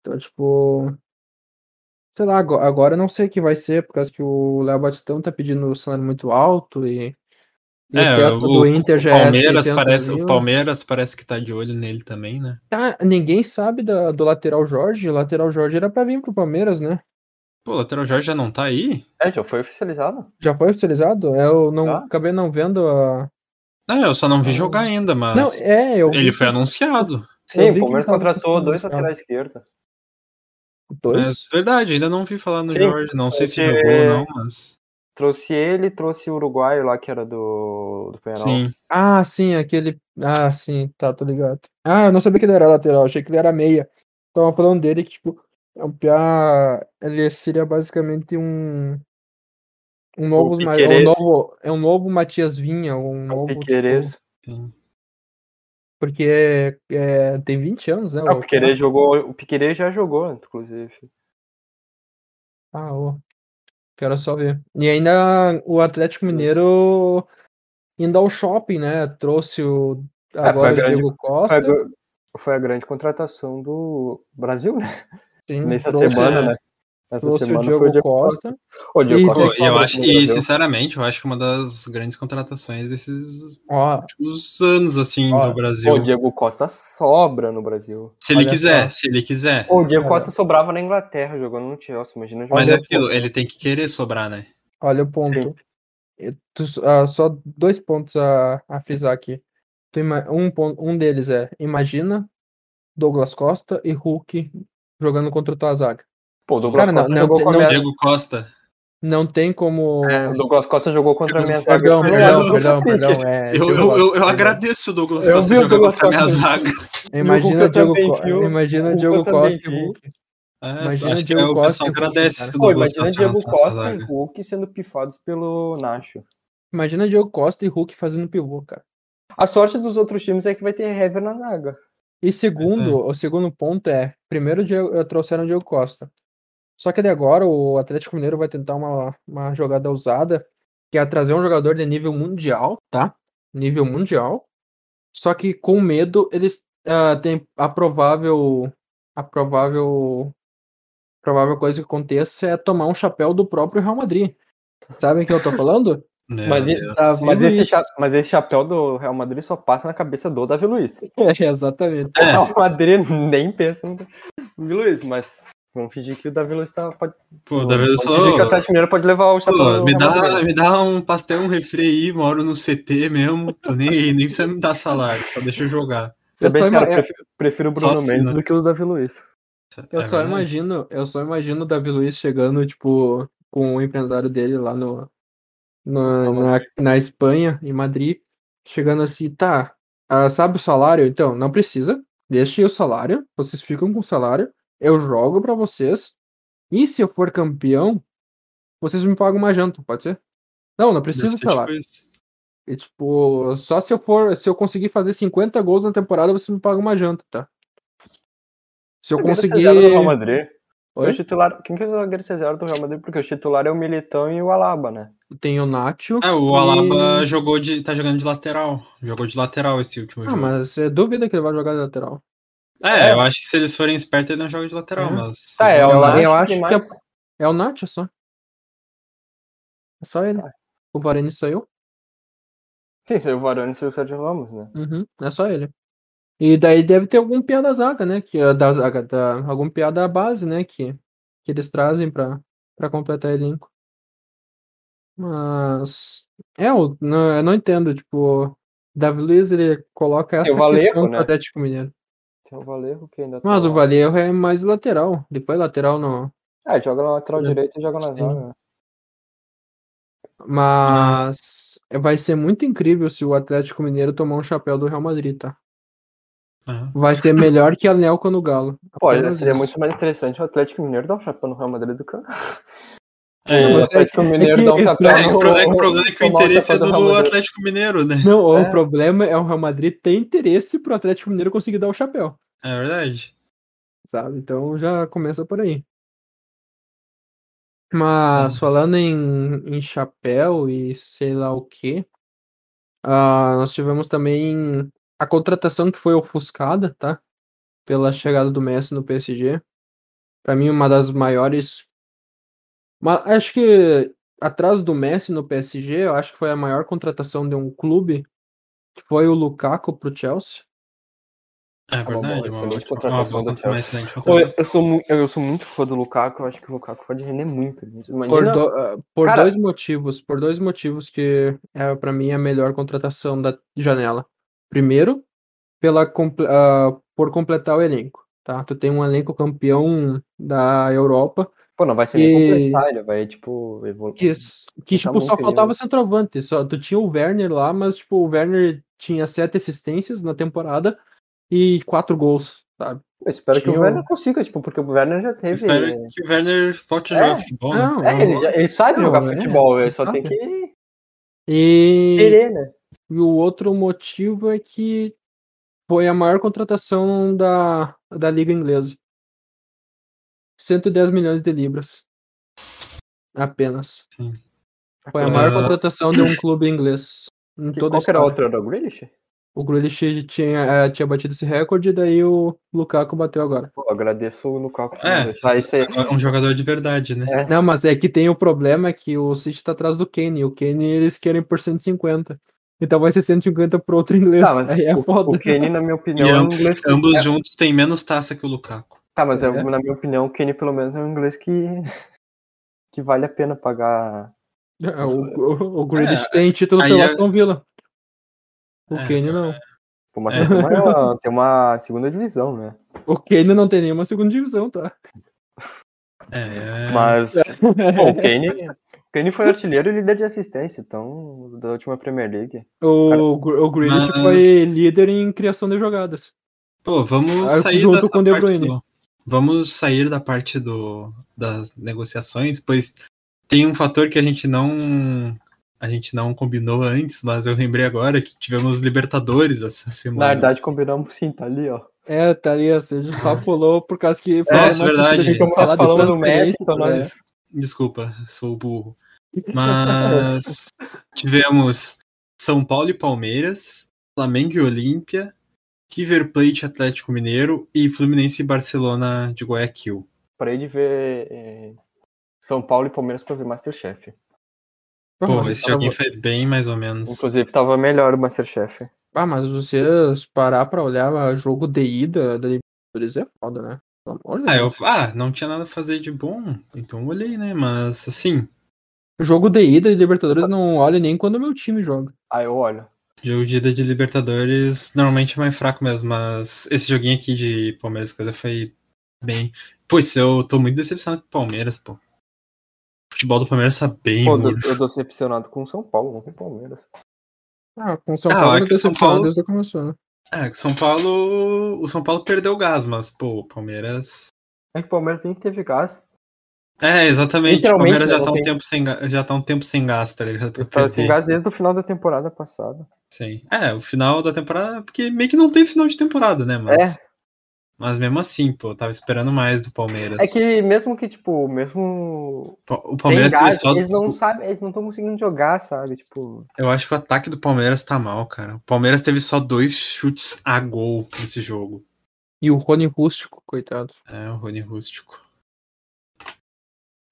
D: Então, tipo. Sei lá, ago- agora eu não sei o que vai ser, por causa que o Léo Batistão tá pedindo um salário muito alto e. e
C: É,
D: o teto
C: o-
D: do Inter já é
C: Palmeiras
D: 600
C: parece, o
D: mil.
C: Palmeiras parece que tá de olho nele também, né?
D: Tá, ninguém sabe da, do lateral Jorge. O lateral Jorge era pra vir pro Palmeiras, né?
C: Pô, o lateral Jorge já não tá aí?
B: É, já foi oficializado.
D: Já foi oficializado? É, Eu não
B: Tá.
D: acabei não vendo a.
C: Não, É, eu só não vi jogar ainda, mas
D: Não, é, eu.
C: Ah, ele
D: vi
C: foi anunciado.
B: Sim,
D: vi que
B: o Palmeiras
D: tava
B: contratou dois
D: oficializado.
B: laterais esquerdos.
D: dois.
C: É verdade, ainda não vi falar no
B: Sim,
C: Jorge, não
D: É
C: sei se
B: porque-
C: jogou ou não, mas
B: Trouxe ele, trouxe o uruguaio lá, que era do, do Penal.
C: sim.
D: Ah, sim, aquele. Ah, sim, tá, tô ligado. Ah, eu não sabia que ele era lateral, achei que ele era meia. Tava falando dele que, tipo, é um piá. Ele seria basicamente um. Um novo. Ma- É um
B: Piquerez.
D: novo, é um novo Matias Vinha, um
B: O
D: novo. tipo,
B: Piqueires.
C: sim.
D: porque é, é, tem 20 anos, né?
B: Ah, o
D: o-
B: Piqueires jogou. O Piqueires já jogou, inclusive.
D: Ah, ô. Quero só ver. E ainda o Atlético
B: Hum.
D: Mineiro indo ao shopping, né? Trouxe o
B: É, foi
D: agora
B: a
D: o
B: grande-
D: Diego
B: Foi a,
D: Costa.
B: gr- foi a grande contratação do Brasil, né?
D: sim,
B: Nessa
D: trouxe,
B: semana,
C: é.
B: né? Nessa
D: trouxe o
B: semana
D: Diego
B: foi o Diego
D: Costa.
B: Ô, Diego
D: E-
B: Costa
C: Pô,
B: é
C: e eu
B: foda
C: acho,
B: no
C: e
B: Brasil.
C: sinceramente, eu acho que é uma das grandes contratações desses
D: Ó,
C: últimos anos, assim,
D: Ó,
C: do Brasil.
B: Pô, o Diego Costa sobra no Brasil.
C: Se ele
D: Olha
C: quiser,
D: só.
C: se ele quiser.
B: Ô, Tipo, o Diego
D: É.
B: Costa sobrava na Inglaterra jogando no Chelsea, imagina jogar.
C: Mas
D: olha
C: é
D: o
C: aquilo,
D: ponto.
C: ele tem que querer sobrar, né?
D: olha o ponto. E tu- ah, só dois pontos a, a frisar aqui. Tu ima- Um, pon- um deles é, imagina Douglas Costa e Hulk jogando contra a tua zaga.
B: Pô, o Douglas
D: Cara, não,
B: Costa
D: não,
B: jogou
D: não,
B: contra a minha...
C: Diego Costa.
D: Não tem como.
B: É, o Douglas Costa jogou contra a minha zaga.
D: Perdão,
B: Eu-
D: perdão,
B: eu-
D: perdão, perdão. É,
C: Eu, eu,
D: Diego
C: eu,
D: Costa,
C: eu
D: perdão.
C: agradeço o Douglas
D: Eu
C: Costa
D: vi o
C: jogar
D: Douglas
C: contra a minha
D: Costa.
C: zaga.
D: Imagina
B: eu
D: o Diogo,
B: também
D: Co-
B: vi o-
D: imagina
B: o
D: o
B: Hulk eu
D: Diogo
B: também
D: Costa e
B: vi.
D: Hulk.
C: É,
D: Imagina
C: acho que
D: Diego
C: é, o
D: Costa
C: pessoal
D: e o Hulk,
C: agradece
D: cara.
C: o
B: Pô,
C: Douglas
B: imagina
C: Costa.
B: o Diego
C: jogando contra a
B: Costa e
C: zaga.
B: Hulk sendo pifados pelo Nacho.
D: Imagina o Diogo Costa e Hulk fazendo pivô, cara.
B: A sorte dos outros times é que vai ter Hever na zaga.
D: E segundo, o segundo ponto é, primeiro o Diego- eh, trouxeram o Diego Costa. Só que daí agora o Atlético Mineiro vai tentar uma, uma jogada ousada, que é trazer um jogador de nível mundial, tá? Nível mundial. Só que com medo, eles ah, têm a provável, a provável, provável coisa que aconteça é tomar um chapéu do próprio Real Madrid. Sabe o que eu tô falando?
C: Meu
B: Mas
C: Deus.
B: ele-
D: Tá
B: Mas
D: vindo
B: esse,
D: isso.
B: cha- mas esse chapéu do Real Madrid só passa na cabeça do Davi Luiz.
D: É, exatamente.
B: O Real Madrid nem pensa no Davi Luiz, mas vamos fingir que o Davi Luiz tá, pode.
C: Pô, da vez eu
B: vamos fingir que o
C: sou.
B: Atlético Mineiro pode levar o chapéu.
C: Pô,
B: do
C: me
B: Real
C: dá,
B: Madrid.
C: me dá um pastel, um refri aí, moro no CT mesmo. Tô nem aí, nem precisa me dar salário, só deixa eu jogar.
B: Ser
D: Eu
B: bem
D: só
B: sincero,
D: ima- é,
B: eu prefiro, prefiro o
C: Só
B: Bruno
C: assim,
B: Mendes
C: né?
B: do que o Davi Luiz.
D: Eu
C: É
D: só
C: verdade.
D: imagino, eu só imagino o Davi Luiz chegando, tipo, com o empresário dele lá no, no- na, na Espanha, em Madrid, chegando assim, tá, ah, sabe o salário? Então, não precisa, deixe o salário, vocês ficam com o salário, eu jogo pra vocês, e se eu for campeão, vocês me pagam uma janta, pode ser? Não, não
C: Deve
D: precisa do
C: ser tipo
D: salário.
C: isso.
D: E, tipo, só se eu for, se eu conseguir fazer 50 gols na temporada, vocês me pagam uma janta, tá? Se eu
B: Zagueiro
D: conseguir...
B: reserva do Real Madrid.
D: Oi?
B: O titular, quem que é o zagueiro reserva do Real Madrid? Porque o titular é o Militão e o Alaba, né?
D: Tem o Nacho.
C: É, o
D: e-
C: Alaba jogou de. tá jogando de lateral. Jogou de lateral esse último
D: Ah,
C: jogo.
D: mas é dúvida que ele vai jogar de lateral.
C: É,
B: É.
C: eu acho que se eles forem espertos, ele não joga de lateral,
D: É.
C: mas.
B: Tá, é,
D: Eu-
B: o
D: eu
B: Nacho
D: acho
B: e
D: que
B: mais-
D: É o Nacho só. É só ele. O Varane saiu.
B: Sim, saiu o Varane e saiu o Sérgio Ramos, né?
D: Uhum, é só ele. E daí deve ter algum piá da zaga, né? Que, da zaga, da, algum piá da base, né? Que, que eles trazem pra, pra completar elenco. Mas. É, eu não, eu não entendo. Tipo, Davi Luiz ele coloca essa
B: o Vallejo,
D: questão pro
B: né?
D: Atlético Mineiro.
B: Tem o Valerro que ainda tá
D: Mas o
B: lá.
D: Valeu é mais lateral. Depois lateral não.
B: É, joga na lateral
D: Sim.
B: direita e joga na zaga.
D: Mas é, vai ser muito incrível se o Atlético Mineiro tomar um chapéu do Real Madrid, tá?
C: Aham.
D: Vai ser melhor que a Nelca no Galo.
B: Pô,
D: Apenas
B: seria
D: isso.
B: muito mais interessante o Atlético Mineiro dar um chapéu no Real Madrid do que o
C: É,
D: Não,
B: o
D: mas é
B: Atlético
D: que- é
B: Mineiro
D: que-
B: dar um chapéu
C: é, que o
B: no
C: pro- é que o problema é que o
B: tomar
C: interesse é
B: chapéu Real
C: do
B: Madrid.
C: Atlético Mineiro, né?
D: Não,
B: É.
D: o problema é o Real Madrid ter interesse pro Atlético Mineiro conseguir dar o chapéu,
C: É verdade.
D: sabe? Então já começa por aí. Mas falando em, em chapéu e sei lá o quê, ah, nós tivemos também a contratação que foi ofuscada, tá? Pela chegada do Messi no PSG. Pra mim, uma das maiores. Ma- acho que atrás do Messi no PSG, eu acho que foi a maior contratação de um clube, que foi o Lukaku pro Chelsea.
C: É
B: bom, bom,
C: verdade, uma,
B: excelente
C: ótima- uma
B: contratação
C: boa-
B: do Chelsea.
C: uma excelente
B: Pô, eu,
C: contratação.
B: eu sou mu- eu sou muito fã do Lukaku, eu acho que o Lukaku pode render muito. Imagina,
D: Por, do- ah, por
B: Cara-
D: dois motivos, por dois motivos que é para mim a melhor contratação da janela. Primeiro, pela comple- ah, por completar o elenco, tá? Tu tem um elenco campeão da Europa
B: Pô, não vai ser nem
D: E-
B: completar, ele vai, tipo, evoluir.
D: que s- que
B: Tá
D: tipo
B: bom,
D: só
B: querido.
D: faltava centroavante, só tu tinha o Werner lá, mas tipo o Werner tinha sete assistências na temporada e quatro gols, sabe?
B: Eu espero que o
D: Tinha um-
B: Werner consiga, tipo, porque o Werner já teve.
C: Espero que o Werner volte a
B: É.
C: jogar futebol. né?
D: Não,
B: É, ele, já- ele sabe
D: Não,
B: jogar
D: é,
B: futebol, ele só
D: sabe.
B: tem que
D: E
B: querer, né?
D: E o outro motivo é que foi a maior contratação da, da Liga Inglesa. 110 milhões de libras. Apenas.
C: Sim.
D: Foi a maior
C: Ah.
D: contratação de um clube inglês. Em
B: Que,
D: toda a
B: qual que era outro?
D: história.
B: Era o Grealish?
D: O Grealish tinha, eh, tinha batido esse recorde, daí o Lukaku bateu agora.
B: Pô, agradeço o Lukaku. por
C: É.
B: deixar isso aí.
C: Agora, Um jogador de verdade, né?
B: É.
D: Não, mas é que tem o problema que o City tá atrás do Kane. e O Kane eles querem por 150. Então vai ser 150 pro outro inglês.
B: Tá, mas
D: aí é
B: o,
D: foda.
B: o Kane, na minha
C: E
B: opinião, é um
C: ambos,
B: inglês que...
C: ambos juntos têm menos taça que o Lukaku.
B: Tá, mas é,
D: É.
B: na minha opinião, o Kane, pelo menos, é um inglês que... que vale a pena pagar...
D: É, O, o, o Grealish
C: É,
D: tem título
C: aí
D: pelo
C: é-
D: Aston Villa. O
C: É,
D: Kane não.
B: Tipo, mas tem, uma, tem uma segunda divisão, né?
D: O Kane não tem nenhuma segunda divisão, tá?
C: É,
B: Mas pô, o Kane, o Kane foi artilheiro e líder de assistência, então, da última Premier League.
D: O, Gr- o Grealish
C: Mas-
D: foi líder em criação de jogadas.
C: Pô, vamos
B: é
D: Ah,
C: sair
D: junto
C: dessa
D: com o De
C: parte
D: Bruyne.
C: do- Vamos sair da parte do, das negociações, pois tem um fator que a gente não a gente não combinou antes, mas eu lembrei agora que tivemos Libertadores essa semana.
B: Na verdade, combinamos sim, tá ali, ó.
D: É, tá ali, a gente
C: Ah.
D: só pulou por causa que.
C: Nossa,
D: uma
C: É, verdade.
D: partida que eu
B: Nós
D: falava
B: falamos do
D: de
B: Messi,
D: transferência,
B: então nós...
C: né? Desculpa, sou burro. Mas tivemos São Paulo e Palmeiras, Flamengo e Olímpia, River Plate e Atlético Mineiro e Fluminense e Barcelona de Guayaquil.
B: Parei de ver eh, São Paulo e Palmeiras pra ver Masterchef.
D: né?
C: Pô,
D: Mas
C: esse
D: tava-
C: joguinho foi bem mais ou menos.
B: Inclusive, tava melhor o Masterchef.
D: Ah, mas vocês parar pra olhar o jogo de ida da Libertadores é foda, né? Pelo amor de
C: Ah,
D: Deus.
C: eu, ah, não tinha nada a fazer de bom, então olhei, né? Mas assim,
D: Jogo de ida de Libertadores
C: Tá.
D: eu não olha nem quando o meu time joga.
B: Aí eu olho.
C: jogo de ida de Libertadores normalmente é mais fraco mesmo, mas esse joguinho aqui de Palmeiras e coisa foi bem. Putz, eu tô muito decepcionado com o Palmeiras, pô. O futebol do Palmeiras tá bem
B: Pô, eu
C: ruim.
B: tô- eu tô decepcionado com o São Paulo, não com o Palmeiras.
D: Ah, com o São
C: Ah,
D: Paulo
C: é
D: eu
C: que o São
D: decepcionado
C: Paulo-
D: desde que começou, né?
C: É, que São Paulo. O São Paulo perdeu o gás, mas, pô, o Palmeiras.
B: É que o Palmeiras nem teve gás.
C: É, exatamente. O
B: Literalmente,
C: Palmeiras já
B: né,
C: tá,
B: não
C: um
B: tem-
C: tempo sem, ga- já tá um tempo sem gás, tá ligado? Pra
B: Tava sem
C: perder.
B: gás desde o final da temporada passada.
C: Sim. É, o final da temporada, porque meio que não tem final de temporada, né? Mas,
B: É.
C: mas mesmo assim, pô, eu tava esperando mais do Palmeiras.
B: É que mesmo que, tipo, mesmo
C: Pa- O
B: sem
C: Palmeiras teve
B: gás,
C: só.
B: eles não sabem, eles não estão conseguindo jogar, sabe? Tipo,
C: Eu acho que o ataque do Palmeiras tá mal, cara. O Palmeiras teve só dois chutes a gol nesse jogo.
D: E o Rony Rústico, coitado.
C: É, o Rony Rústico.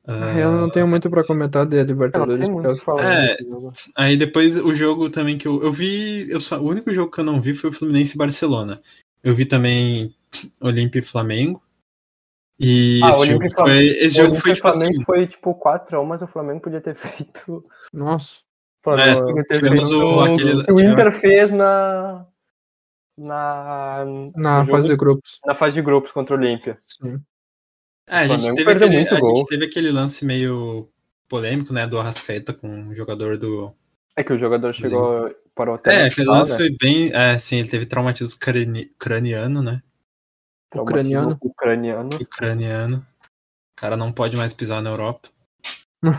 D: Na
C: Ah,
D: real, eu não tenho muito pra comentar de
B: eu não
D: Libertadores.
B: sei muito
D: porque
B: o que
D: eu-
B: falar
C: É.
B: desse jogo.
C: Aí depois o jogo também que eu, eu vi. Eu só, o único jogo que eu não vi foi o Fluminense e Barcelona. Eu vi também Olímpia e Flamengo. E
B: Ah,
C: esse
B: Olímpia e
C: jogo foi, esse jogo
B: O
C: foi tipo
B: Flamengo
C: assim.
B: foi tipo 4x1, mas o Flamengo podia ter feito. O
D: Nossa.
B: Flamengo
D: É,
B: podia ter
C: Tivemos
B: feito
C: o, aquele,
B: que Então, o Inter fez na. Na,
D: Na
B: no
D: fase de
B: jogo-
D: grupos.
B: na fase de grupos contra o Olímpia.
D: Sim.
B: O
C: É, a gente,
B: Flamengo
C: teve
B: perdeu
C: aquele,
B: muito
C: a gente
B: gol.
C: teve aquele lance meio polêmico, né, do Arrascaeta com o jogador do...
B: É que o jogador chegou para o hotel.
C: É, aquele lance foi bem... É, sim, ele teve traumatismo crani- craniano, né?
D: Ucraniano.
B: ucraniano.
C: Ucraniano. O cara não pode mais pisar na Europa. Mas,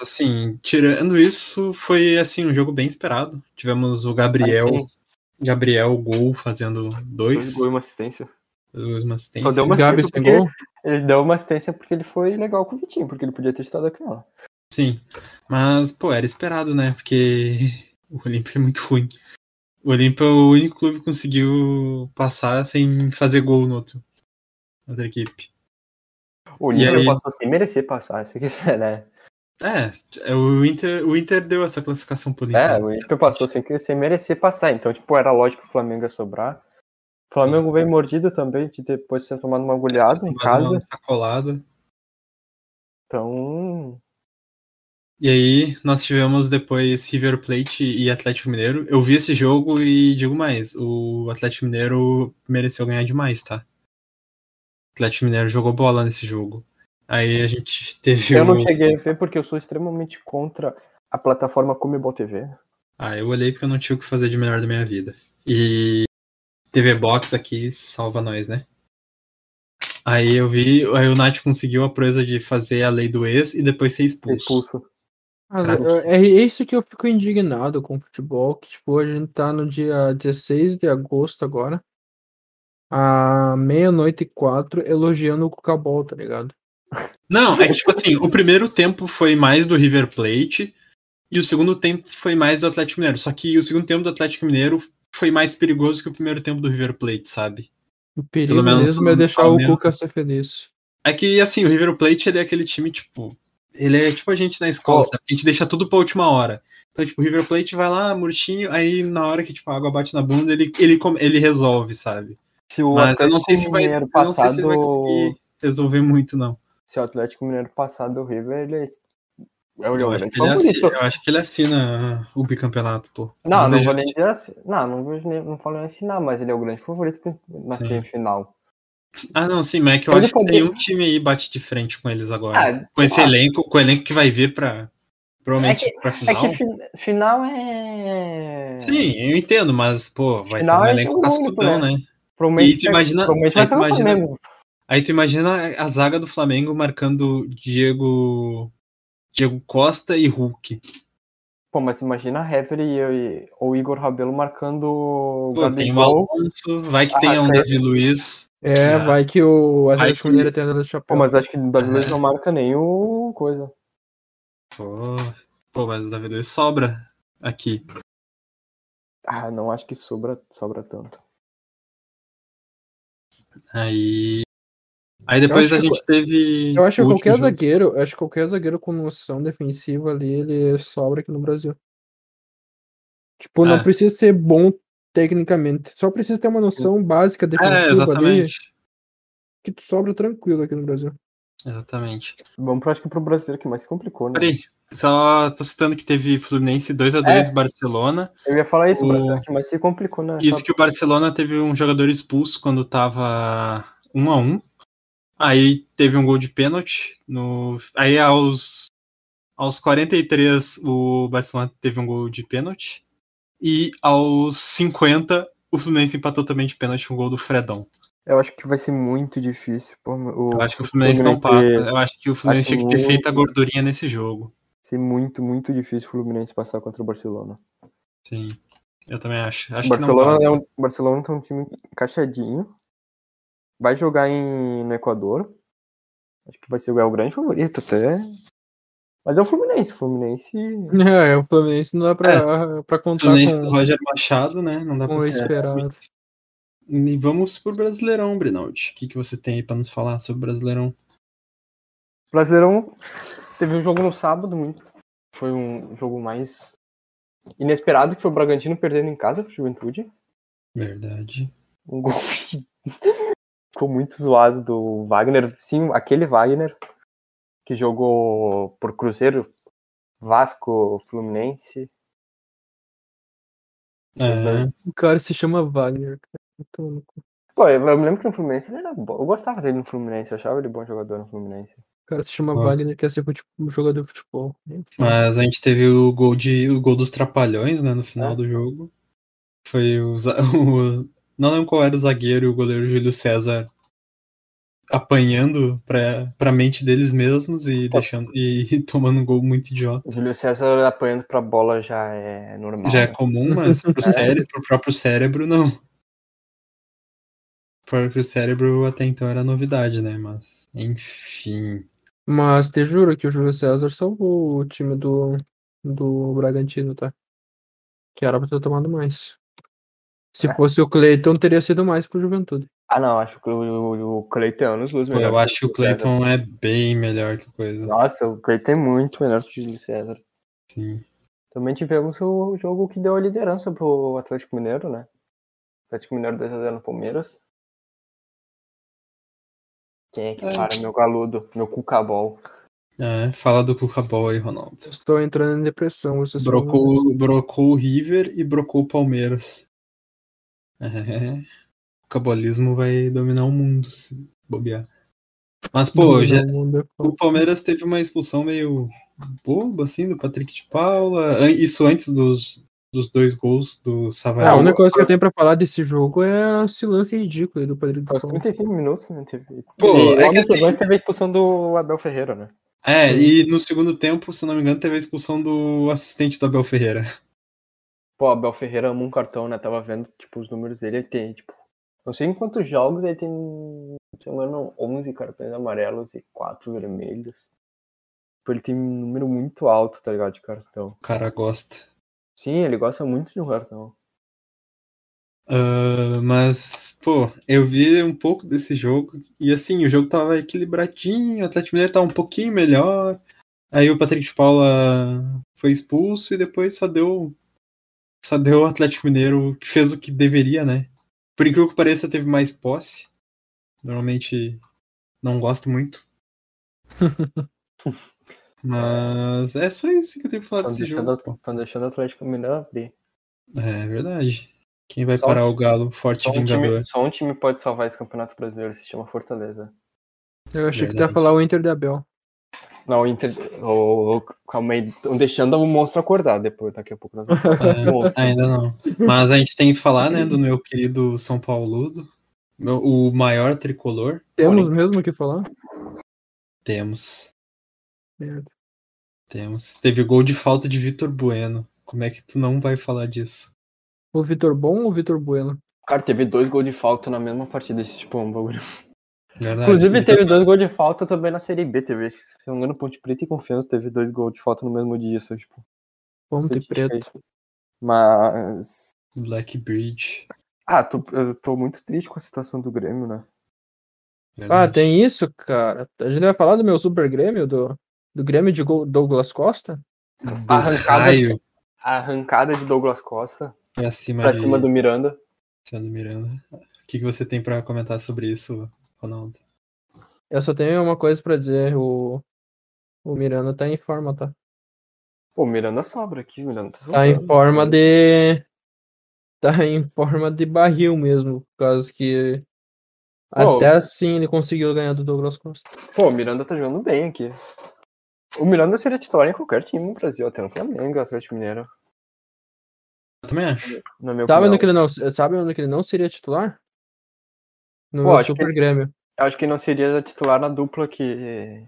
B: Ah.
C: assim, tirando isso, foi, assim, um jogo bem esperado. Tivemos é o Gabriel,
B: Assim,
C: Gabriel Gol fazendo
B: dois
C: dois,
B: gols e uma assistência.
C: dois uma assistência.
B: Só deu uma
D: Gabi
B: assistência porque
D: sem gol.
B: Ele deu uma assistência porque ele foi legal com o Vitinho, porque ele podia ter estado aquela.
C: Sim. Mas, pô, era esperado, né? Porque o Olímpia é muito ruim. O Olímpia é o único clube que conseguiu passar sem fazer gol no outro. na Outra equipe.
B: O
C: E
B: Liverpool
C: aí?
B: passou sem merecer passar, isso aqui, né?
C: É, é, o Inter, o Inter deu essa classificação pro Olímpia.
B: É, o Inter passou sem, que- sem merecer passar. Então, tipo, era lógico que o Flamengo ia sobrar. O Flamengo veio mordido também, de depois de ter tomado uma agulhada tá em
C: Tomado uma
B: casa.
C: sacolada.
B: Então,
C: E aí, nós tivemos depois River Plate e Atlético Mineiro. Eu vi esse jogo e digo mais, o Atlético Mineiro mereceu ganhar demais, tá? O Atlético Mineiro jogou bola nesse jogo. Aí a gente teve
B: eu não
C: o-
B: cheguei a ver porque eu sou extremamente contra a plataforma Comebol TV.
C: Ah, eu olhei porque eu não tinha o que fazer de melhor da minha vida. E TV Box aqui salva nós, né? Aí eu vi, aí o Nath conseguiu a proeza de fazer a lei do ex e depois ser
B: Foi
C: expulso.
B: Expulso.
D: Mas
C: Cara.
D: eu- é isso que eu fico indignado com o futebol, que tipo, a gente tá no dia 16 de agosto agora, à meia-noite e quatro, elogiando o Cucabol, tá ligado?
C: Não, é que tipo assim, o primeiro tempo foi mais do River Plate e o segundo tempo foi mais do Atlético Mineiro. Só que o segundo tempo do Atlético Mineiro foi mais perigoso que o primeiro tempo do River Plate, sabe?
D: O perigo
C: menos
D: mesmo é
C: no
D: deixar o
C: Flamengo.
D: Cuca ser feliz.
C: É que assim, o River Plate ele é aquele time, tipo, ele é tipo a gente na escola,
B: Ó.
C: sabe? A gente deixa tudo pra última hora. Então, tipo, o River Plate vai lá, murchinho, aí na hora que tipo, a água bate na bunda, ele, ele, come- ele resolve, sabe?
B: Se o
C: Mas eu não sei se
B: Atlético
C: vai.
B: Mineiro
C: Eu não sei se ele vai
B: passado-
C: conseguir resolver muito, não.
B: se o Atlético Mineiro passar do River, ele É o
C: Eu
B: meu
C: acho,
B: grande
C: que ele
B: favorito.
C: assina, eu acho que ele assina o bicampeonato, pô.
B: Não, não
C: vejo
B: vou nem dizer assim. Não, não vou nem não falo nem assinar, mas ele é o grande favorito pra- na
C: Sim.
B: semifinal.
C: Ah, não, sim, mas é que eu
B: Ele
C: acho que
B: poderia-
C: nenhum time aí bate de frente com eles agora.
B: Ah,
C: com
B: sei
C: esse
B: lá.
C: elenco, com o elenco que vai vir pra. Provavelmente pra
B: É
C: final.
B: que fi- final é.
C: Sim, eu entendo, mas, pô, vai
B: Final
C: ter um
B: é
C: elenco
B: jogo único,
C: cascudão, né?
B: Provavelmente,
C: E tu imagina-
B: provavelmente
C: aí
B: vai
C: tu
B: ter o
C: imagina-
B: Flamengo.
C: Aí tu imagina a zaga do Flamengo marcando Diego. Diego Costa e Hulk.
B: Pô, mas imagina a Hever e, e ou Igor Rabelo marcando o
C: Pô, tem o
B: Gabigol.
C: Alonso, vai
D: Ah,
C: que tenha um
B: Arrascaeta.
C: Davi Luiz.
D: É,
C: É.
D: vai que o Atlético
C: que-
D: Mineiro tem a do chapéu.
B: Pô, mas acho que o Davi
C: É.
B: Luiz não marca nem o coisa.
C: Pô, pô, mas o Davi Luiz sobra aqui.
B: Ah, não acho que sobra, sobra tanto.
C: Aí. Aí depois
D: acho
C: a
D: que
C: gente teve.
D: Eu acho que
C: o último
D: qualquer
C: jogo.
D: zagueiro, eu acho que qualquer zagueiro com noção defensiva ali, ele sobra aqui no Brasil. Tipo, não
C: É.
D: precisa ser bom tecnicamente, só precisa ter uma noção básica
C: É,
D: defensiva ali,
C: exatamente.
D: que tu sobra tranquilo aqui no Brasil.
C: Exatamente.
B: Vamos pro, acho que pro brasileiro que mais se complicou, né?
C: Peraí, só tô citando que teve Fluminense 2x2
D: É.
C: Barcelona.
B: Eu ia falar isso, o
C: O-
B: brasileiro que mais se complicou, né?
C: Isso que o Barcelona teve um jogador expulso quando tava 1x1. Aí teve um gol de pênalti. No... Aí aos, aos 43 o Barcelona teve um gol de pênalti. E aos 50 o Fluminense empatou também de pênalti um gol do Fredão.
B: Eu acho que vai ser muito difícil. Pô, o
C: Eu acho que o Fluminense não passa. é.
B: Fluminense-
C: Eu acho que o Fluminense
B: acho
C: tinha que ter
B: muito-
C: feito a gordurinha nesse jogo.
B: Vai ser muito, muito difícil o Fluminense passar contra o Barcelona.
C: Sim. Eu também acho. acho
B: O
C: que não
B: Barcelona,
C: passa.
B: é um, o Barcelona tem um time encaixadinho. Vai jogar em, no Equador. Acho que vai ser o grande favorito até. Mas é o Fluminense. O Fluminense.
D: É, o Fluminense não dá pra, pra
C: O
B: tá
D: contar
C: É. Fluminense com o
D: com,
C: Roger Machado, né? Não dá
D: com
C: pra
D: o
C: ser.
D: esperado.
C: E vamos pro Brasileirão, Brinaldi. O que, que você tem aí pra nos falar sobre o Brasileirão?
B: O Brasileirão teve um jogo no sábado muito. Foi um jogo mais inesperado, que foi o Bragantino perdendo em casa pro Juventude.
C: Verdade.
B: Um gol. Ficou muito zoado do Wagner. Sim, aquele Wagner que jogou por Cruzeiro, Vasco, Fluminense.
C: É,
D: O cara se chama Wagner. cara. Vai tomar no cu.
B: Pô, eu eu me lembro que no Fluminense ele era bom. Eu gostava dele no Fluminense, eu achava ele bom jogador no Fluminense.
D: O cara se chama
C: Nossa.
D: Wagner, quer ser fute- um jogador de futebol.
C: mas a gente teve o gol, de, o gol dos Trapalhões, né? No final
B: É.
C: do jogo. Foi o, za- o- Não lembro qual era o zagueiro e o goleiro Júlio César apanhando pra, pra mente deles mesmos e deixando e tomando um gol muito idiota.
B: O Júlio César apanhando pra bola já é normal.
C: Já é
B: né?
C: comum, mas pro, cére- pro próprio cérebro, não. Pro próprio cérebro até então era novidade, né? Mas, enfim.
D: Mas te juro que o Júlio César salvou o time do, do Bragantino, tá? Que era pra ter tomado mais. Se
B: É.
D: fosse o Cleiton, teria sido mais pro Juventude.
B: Ah, não, acho que o, o Cleiton é anos luz
C: Pô,
B: melhor.
C: eu acho que o
B: Júlio César.
C: Clayton é bem melhor que coisa.
B: Nossa, o Cleiton é muito melhor que o Júlio César.
C: Sim.
B: Também tivemos o jogo que deu a liderança pro Atlético Mineiro, né? Atlético Mineiro 2x0 no Palmeiras. Quem é que
C: É.
B: para? Meu galudo, meu cucabol.
C: É, fala do Cuca Ball aí, Ronaldo.
D: Estou entrando em depressão, vocês falam isso.
C: Brocou, brocou o River e brocou o Palmeiras. É. O cabolismo vai dominar o mundo, se bobear. Mas, pô,
D: Dominar
C: já,
D: o mundo é foda.
C: O Palmeiras teve uma expulsão meio boba, assim, do Patrick de Paula. An- Isso antes dos, dos dois gols do
D: Ah, a
C: Savarino.
D: única coisa que eu tenho pra falar desse jogo é esse lance ridículo aí do Padre
B: Foi aos 35 minutos, né? Teve...
C: Pô,
B: e
C: é
B: logo
C: que
B: em seguida
C: assim-
B: teve a expulsão do Abel Ferreira, né?
C: É, e no segundo tempo, se eu não me engano, teve a expulsão do assistente do Abel Ferreira.
B: Pô, o Abel Ferreira ama um cartão, né? Tava vendo, tipo, os números dele, ele tem, tipo... Não sei em quantos jogos ele tem, se não me engano, 11 cartões amarelos e 4 vermelhos. Tipo, ele tem um número muito alto, tá ligado, de cartão.
C: O cara gosta.
B: Sim, ele gosta muito de um cartão.
C: Ah, mas, pô, eu vi um pouco desse jogo. E assim, o jogo tava equilibradinho, o Atlético Mineiro tava um pouquinho melhor. Aí o Patrick de Paula foi expulso e depois só deu. Só deu o Atlético Mineiro que fez o que deveria, né? Por incrível que pareça, teve mais posse. Normalmente não gosto muito. Mas é só isso que eu tenho pra falar
B: Estão
C: desse
B: deixando,
C: jogo. pô.
B: estão deixando o Atlético Mineiro abrir.
C: É verdade. Quem vai
B: Só
C: parar
B: um-
C: o Galo forte
B: Só um,
C: vingador?
B: time, só um time pode salvar esse Campeonato Brasileiro, se chama Fortaleza.
D: Eu achei que tu
C: Verdade.
D: ia falar o Inter da Bel.
B: Não, o Inter. ô, ô, calma aí, estão deixando o monstro acordar depois, daqui a pouco. Nós vamos falar do monstro.
C: Ah, ainda não. Mas a gente tem que falar, né, do meu querido São Paulo, o maior tricolor.
D: Temos mesmo o que falar?
C: Temos.
D: Merda.
C: Temos. Teve gol de falta de Vitor Bueno. Como é que tu não vai falar disso?
D: O Vitor Bom ou o Vitor Bueno?
B: Cara, teve dois gols de falta na mesma partida, esse tipo é um bagulho.
C: Verdade.
B: Inclusive,
C: Vitor-
B: teve dois gols de falta também na Série B. Teve, se não me engano, Ponte Preta e Confiança teve dois gols de falta no mesmo dia, isso, tipo.
D: Ponto e
B: estatística aí.
D: preto.
B: Mas.
C: Blackbridge.
B: Ah, tô, eu tô muito triste com a situação do Grêmio, né?
D: Ah,
C: Verdade.
D: tem isso, cara. A gente vai falar do meu Super Grêmio, do, do Grêmio de Gol- Douglas Costa?
C: Do
B: arrancada-
C: raio
B: A arrancada de Douglas Costa
C: pra cima,
B: pra
C: de
B: cima do Miranda.
C: Sandro Miranda. O que, que você tem pra comentar sobre isso, Ronaldo?
D: Eu só tenho uma coisa pra dizer, o, o Miranda tá em forma, tá?
B: Pô, o Miranda sobra aqui, o Miranda.
D: Tá em
B: sobrando.
D: forma de. Tá em forma de barril mesmo, por causa que.
B: Pô.
D: Até assim ele conseguiu ganhar do Douglas Costa.
B: Pô, o Miranda tá jogando bem aqui. O Miranda seria titular em qualquer time no Brasil, até no Flamengo, Atlético Mineiro.
C: Eu também acho.
B: Na minha opinião.
D: Sabe onde, que ele não, sabe onde que ele não seria titular? No
B: Pô,
D: meu
B: acho que
D: Super
B: ele-
D: Grêmio.
B: Eu acho que não seria titular na dupla que.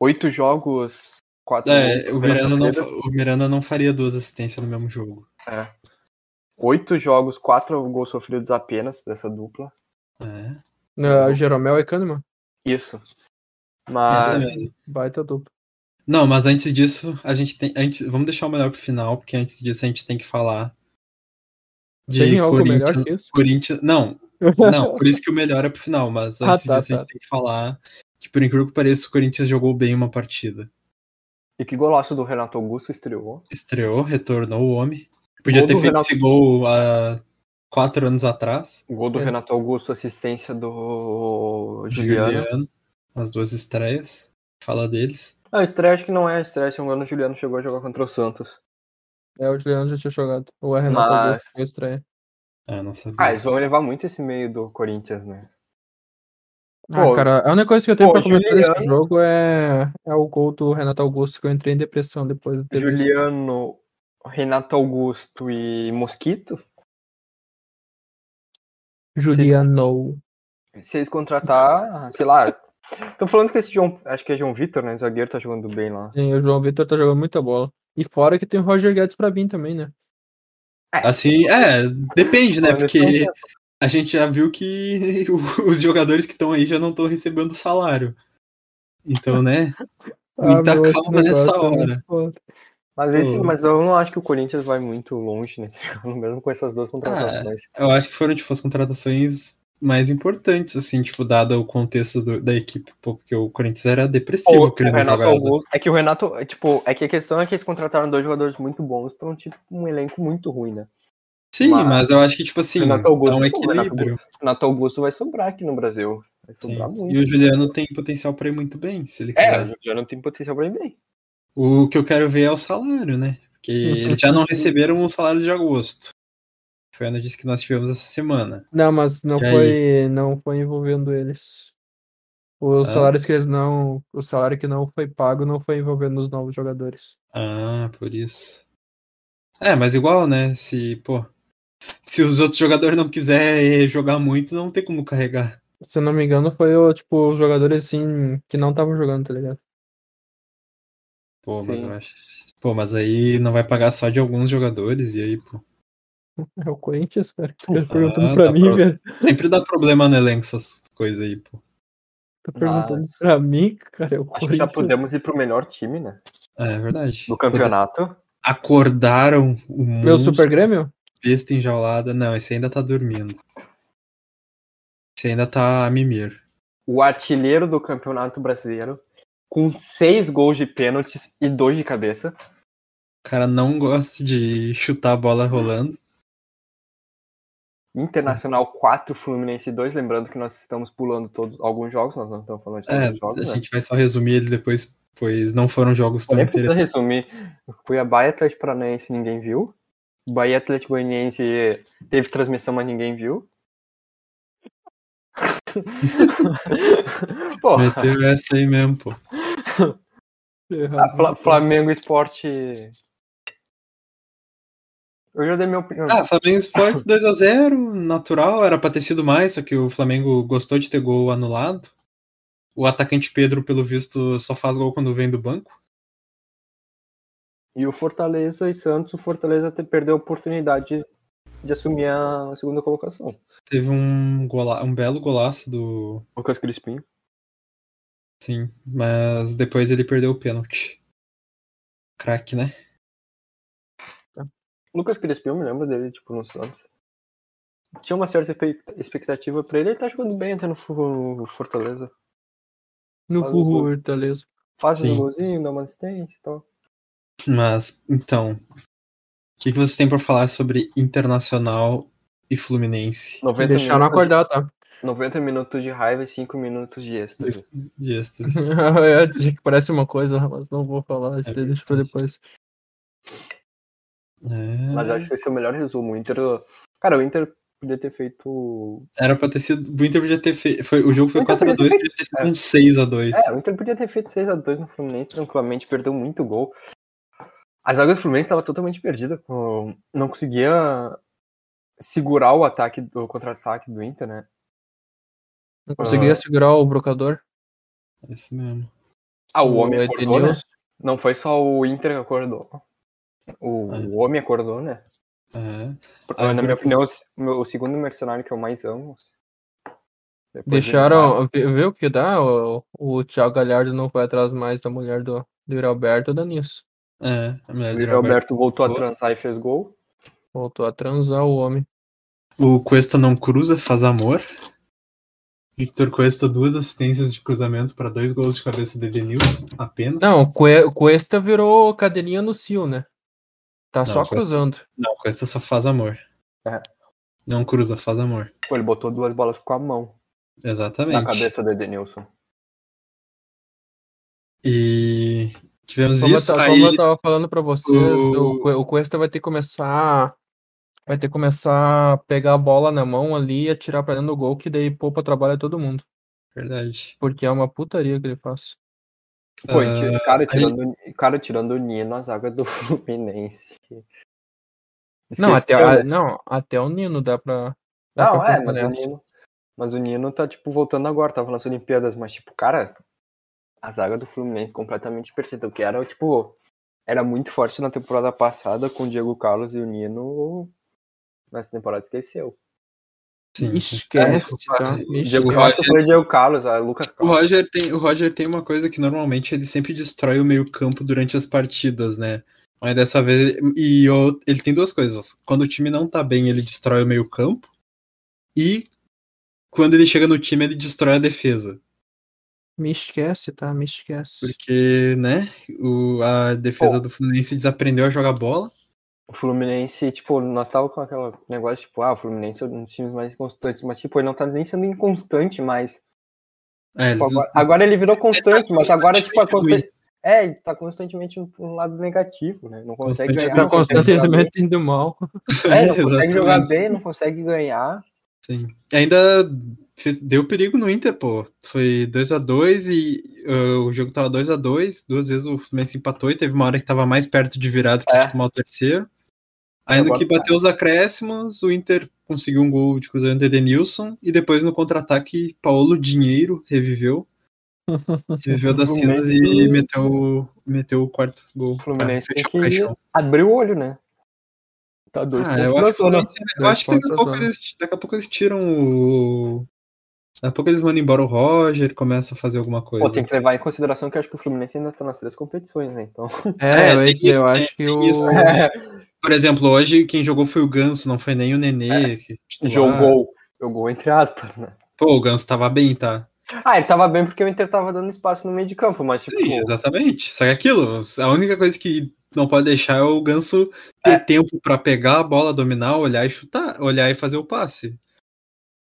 B: Oito jogos, quatro.
C: É,
B: gols
C: o
B: pela
C: Miranda, não,
B: sofrida.
C: fa- o Miranda não faria duas assistências no mesmo jogo.
B: Oito jogos, quatro gols sofridos apenas dessa dupla.
C: É,
D: Uh, Jeromel e Kahneman.
B: Isso.
C: essa
B: Mas.
C: mesmo.
D: Baita dupla.
C: Não, mas antes disso, a gente tem. Antes, vamos deixar o melhor pro final, porque antes disso a gente tem que falar de
D: Tem algo melhor
C: Corinthians.
D: que isso?
C: Corinthians. Não, não, por isso que o melhor é pro final, mas
D: Ah,
C: antes
D: tá,
C: disso a
D: tá.
C: gente tem que falar que, por incrível que pareça, o Corinthians jogou bem uma partida.
B: E que golaço do Renato Augusto estreou.
C: Estreou, retornou o homem. Podia
B: Gol
C: ter
B: do
C: feito
B: Renato.
C: esse gol há quatro anos atrás.
B: Gol do
D: É.
B: Renato Augusto, assistência do
C: de
B: Juliano.
C: Juliano. As duas estreias. Fala deles.
B: Ah, estreia acho que não é estreia, se não me engano, o Juliano chegou a jogar contra o Santos.
D: É, o Juliano já tinha jogado. O Renato Augusto
B: Mas-
D: foi estranho.
C: Ah, não sabia.
B: Ah, eles vão elevar muito esse meio do Corinthians, né?
D: Ah,
B: Pô,
D: cara, a única coisa que eu tenho
B: pô,
D: pra comentar desse
B: Juliano-
D: jogo é, é o gol do Renato Augusto, que eu entrei em depressão depois de ter visto.
B: Juliano, Renato Augusto e Mosquito.
D: Juliano.
B: Se eles contratar, sei lá. Tô falando que esse João. Acho que é João Vitor, né? Zagueiro tá jogando bem lá.
D: Sim, o João Vitor tá jogando muita bola. E fora que tem o Roger Guedes pra vir também, né?
C: Assim, é, depende, né?
B: Olha,
C: Porque
B: então,
C: a gente já viu que o- os jogadores que estão aí já não estão recebendo salário. Então, né? Muita
D: Ah, meu, esse
C: calma nessa
D: negócio é muito
C: hora.
D: foda.
B: Mas, esse,
C: Pô.
B: mas eu não acho que o Corinthians vai muito longe nesse ano, mesmo com essas duas contratações.
C: Eu acho que foram, tipo, as contratações mais importantes, assim, tipo, dado o contexto do- da equipe, pô, porque o Corinthians era depressivo
B: Pô, o
C: criando
B: é Renato
C: jogada.
B: Augusto- É que o Renato, é, tipo, é que a questão é que eles contrataram dois jogadores muito bons pra um, tipo, um elenco muito ruim, né?
C: Sim,
B: Mas-
C: mas... eu acho que, tipo assim,
B: Renato Augusto,
C: dá um
B: pô, Renato
C: equilíbrio.
B: O Renato Augusto vai sobrar aqui no Brasil. Vai
C: sim.
B: sobrar muito.
C: E o Juliano tem potencial pra ir muito bem, se ele
B: É,
C: quiser.
B: o Juliano tem potencial pra ir bem.
C: O que eu quero ver é o salário, né? Porque
D: Uhum.
C: eles já não receberam o salário de agosto. Foi a notícia que nós tivemos essa semana.
D: Não, mas não
C: E aí?
D: foi, não foi envolvendo eles. Os
C: Ah.
D: salários que eles não. O salário que não foi pago não foi envolvendo os novos jogadores.
C: Ah, por isso. É, mas igual, né? Se, pô, se os outros jogadores não quiserem jogar muito, não tem como carregar.
D: Se eu não me engano, foi o, tipo, os jogadores assim que não estavam jogando, tá ligado?
C: Pô, mas
B: Sim.
C: eu acho. Pô, mas aí não vai pagar só de alguns jogadores, e aí, pô.
D: É o Corinthians, cara. Tu tá
C: Ah,
D: perguntando pra
C: tá
D: mim,
C: pronto.
D: velho.
C: Sempre dá problema no elenco essas coisas aí, pô.
D: Tá perguntando
B: Mas-
D: pra mim, cara. É o
B: Ah, Acho que já
D: Corinthians.
B: podemos ir pro melhor time, né?
C: É verdade.
B: Do campeonato.
C: Acordaram o
D: Meu
C: mundo.
D: Super Grêmio?
C: Besta enjaulada. Não, esse ainda tá dormindo. Esse ainda tá a mimir.
B: O artilheiro do campeonato brasileiro. Com seis gols de pênaltis e dois de cabeça.
C: O cara não gosta de chutar a bola rolando.
B: Internacional 4, Fluminense 2. Lembrando que nós estamos pulando todos alguns jogos, nós não estamos falando de todos
C: É,
B: os jogos,
C: a
B: né?
C: gente vai só resumir eles depois pois não foram jogos tão
B: Nem precisa
C: interessantes.
B: resumir. Cuiabá e Atlético Paranaense ninguém viu. Bahia e Atlético Goianiense teve transmissão, mas ninguém viu. Porra,
C: Meteu essa aí mesmo, pô. um
B: a Fla- Flamengo Esporte. Eu já dei minha opinião.
C: Ah, Flamengo Sport 2x0, natural, era pra ter sido mais, só que o Flamengo gostou de ter gol anulado. O atacante Pedro, pelo visto, só faz gol quando vem do banco.
B: E o Fortaleza e Santos, o Fortaleza te- perdeu a oportunidade de, de assumir a segunda colocação.
C: Teve um, gola um belo golaço do.
B: Lucas Crispim.
C: Sim, mas depois ele perdeu o pênalti. Craque, né?
B: Lucas Crispim, eu me lembro dele, tipo, no Santos. Tinha uma certa espe- expectativa pra ele, ele tá jogando bem até no Fu- no Fortaleza.
D: No
B: Faz os
D: Burro,
B: gols.
D: Fortaleza.
B: Faz um
C: Sim.
B: golzinho, dá uma assistência e tal.
C: Mas, então. O que, que vocês têm pra falar sobre Internacional e Fluminense?
B: 90
D: Deixaram
B: minutos,
D: acordar, tá?
B: De, 90 minutos de raiva e 5 minutos de êxtase.
C: De êxtase.
D: Eu ia dizer que parece uma coisa, mas não vou falar. Isso
C: É
D: daí deixa pra depois.
C: É,
B: Mas eu acho que esse é o melhor resumo. O Inter. Cara, o Inter podia ter feito.
C: Era pra ter sido. O Inter podia ter feito. Foi, o jogo foi
B: O Inter podia
C: 4x2,
B: ter né?
C: podia ter sido um 6x2.
B: É, o Inter podia ter feito 6x2 no Fluminense tranquilamente, perdeu muito gol. A zaga do Fluminense estava totalmente perdida, com- não conseguia segurar o ataque, do- o contra-ataque do Inter, né? Ah.
D: Não conseguia segurar o brocador.
C: É Isso mesmo.
B: Ah, o homem acordou, né?
D: Edenilson.
B: Não foi só o Inter que acordou. O,
C: É.
B: o homem acordou, né?
C: É.
B: Porque,
C: Ah,
B: na minha
C: eu-
B: opinião, o s- meu- o segundo mercenário que eu mais amo. assim. depois do Neymar.
D: Deixaram. vê-
B: né?
D: Vê o que dá? O, o Thiago Galhardo não foi atrás mais da mulher do, do Yuri Alberto da nisso.
C: É, a mulher
B: O
C: de
B: Roberto, voltou a
C: gol.
B: transar e fez gol.
D: Voltou a transar o homem.
C: O Cuesta não cruza, faz amor. Victor Cuesta, duas assistências de cruzamento para dois gols de cabeça de Edenilson, apenas.
D: Não, o Cue- o Cuesta virou cadeirinha no Sil, né? Tá só
C: Cuesta-
D: cruzando.
C: Não, o Cuesta só faz amor.
B: É.
C: Não cruza, faz amor.
B: Pô, ele botou duas bolas com a mão
C: Exatamente.
B: na cabeça do Edenilson.
C: E tivemos
D: Como,
C: isso.
D: eu, ta-
C: aí
D: como eu tava falando pra vocês, o...
C: o-
D: Cue- o Cuesta vai ter que começar. Vai ter que começar a pegar a bola na mão ali e atirar pra dentro do gol, que daí poupa trabalho a todo mundo.
C: Verdade.
D: Porque é uma putaria que ele faz.
B: Pô,
C: Ah,
B: e ti- cara, tirando, cara tirando o Nino a zaga do Fluminense.
D: Não, até,
B: Esqueceu,
D: a-
B: né?
D: não, até o Nino dá pra. dá
B: Não,
D: pra
B: é,
D: contar
B: mas o,
D: nessa.
B: Nino, mas o Nino tá, tipo, voltando agora, tava nas Olimpíadas, mas, tipo, cara, a zaga do Fluminense é completamente perdida, o que era, tipo, era muito forte na temporada passada com o Diego Carlos e o Nino, nessa temporada esqueceu.
C: Sim.
D: Esquece, tá?
C: O
D: Ixi,
B: Diego
C: eu
B: Costa
C: acho-
B: foi o Diego Carlos, a Lucas
C: O
B: Costa.
C: Roger, tem, o Roger tem uma coisa que normalmente ele sempre destrói o meio-campo durante as partidas, né? Mas dessa vez. E eu- ele tem duas coisas. Quando o time não tá bem, ele destrói o meio-campo. E quando ele chega no time, ele destrói a defesa.
D: Me esquece, tá? Me esquece.
C: Porque, né? o- a defesa do Fluminense desaprendeu a jogar bola.
B: O Fluminense, tipo, nós tava com aquele negócio, tipo, ah, o Fluminense é um dos times mais constantes, mas, tipo, ele não tá nem sendo inconstante mais.
C: É,
B: Tipo,
C: eles-
B: agora, agora ele virou constante, mas agora, tipo, a
C: constantemente
B: constante. É, ele tá constantemente no- no lado negativo, né? Não consegue
C: Constantemente
B: ganhar.
D: Tá
B: não consegue jogar bem.
D: constantemente indo mal.
B: É, não consegue jogar
C: exatamente.
B: bem, não consegue ganhar.
C: Sim. Ainda fez- deu perigo no Inter, pô. Foi 2x2 e ah, o jogo tava 2x2. Duas vezes o Fluminense empatou e teve uma hora que tava mais perto de virada que
B: É.
C: de tomar o terceiro. Ainda
B: Agora
C: que
B: tá.
C: bateu os acréscimos, o Inter conseguiu um gol de cruzamento de Edenilson e depois no contra-ataque, Paulo Dinheiro reviveu. Reviveu das cinzas e meteu, meteu o quarto gol.
B: O Fluminense
C: pra
B: tem
C: fechar
B: que
C: É, o caixão.
B: abrir o olho, né? Tá doido.
C: Ah, eu acho que o Fluminense- eu
D: Dois
C: acho que daqui
D: pontos
C: a
D: a
C: pouco
D: zero.
C: eles, daqui a pouco eles tiram o. Daqui a pouco eles mandam embora o Roger, começa a fazer alguma coisa.
B: Pô, tem que levar em consideração que eu acho que o Fluminense ainda tá nas três competições, né? Então.
D: É,
C: É,
D: eu ia
C: tem
D: dizer, eu
C: isso,
D: acho que o.
C: tem isso. né? Por exemplo, hoje quem jogou foi o Ganso, não foi nem o Nenê.
B: É,
C: que titular.
B: Jogou. Jogou entre aspas, né?
C: Pô, o Ganso tava bem, tá?
B: Ah, ele tava bem porque o Inter tava dando espaço no meio de campo, mas tipo.
C: Sim, exatamente. Só que aquilo, a única coisa que não pode deixar é o Ganso
B: É.
C: ter tempo pra pegar a bola, dominar, olhar e chutar, olhar e fazer o passe.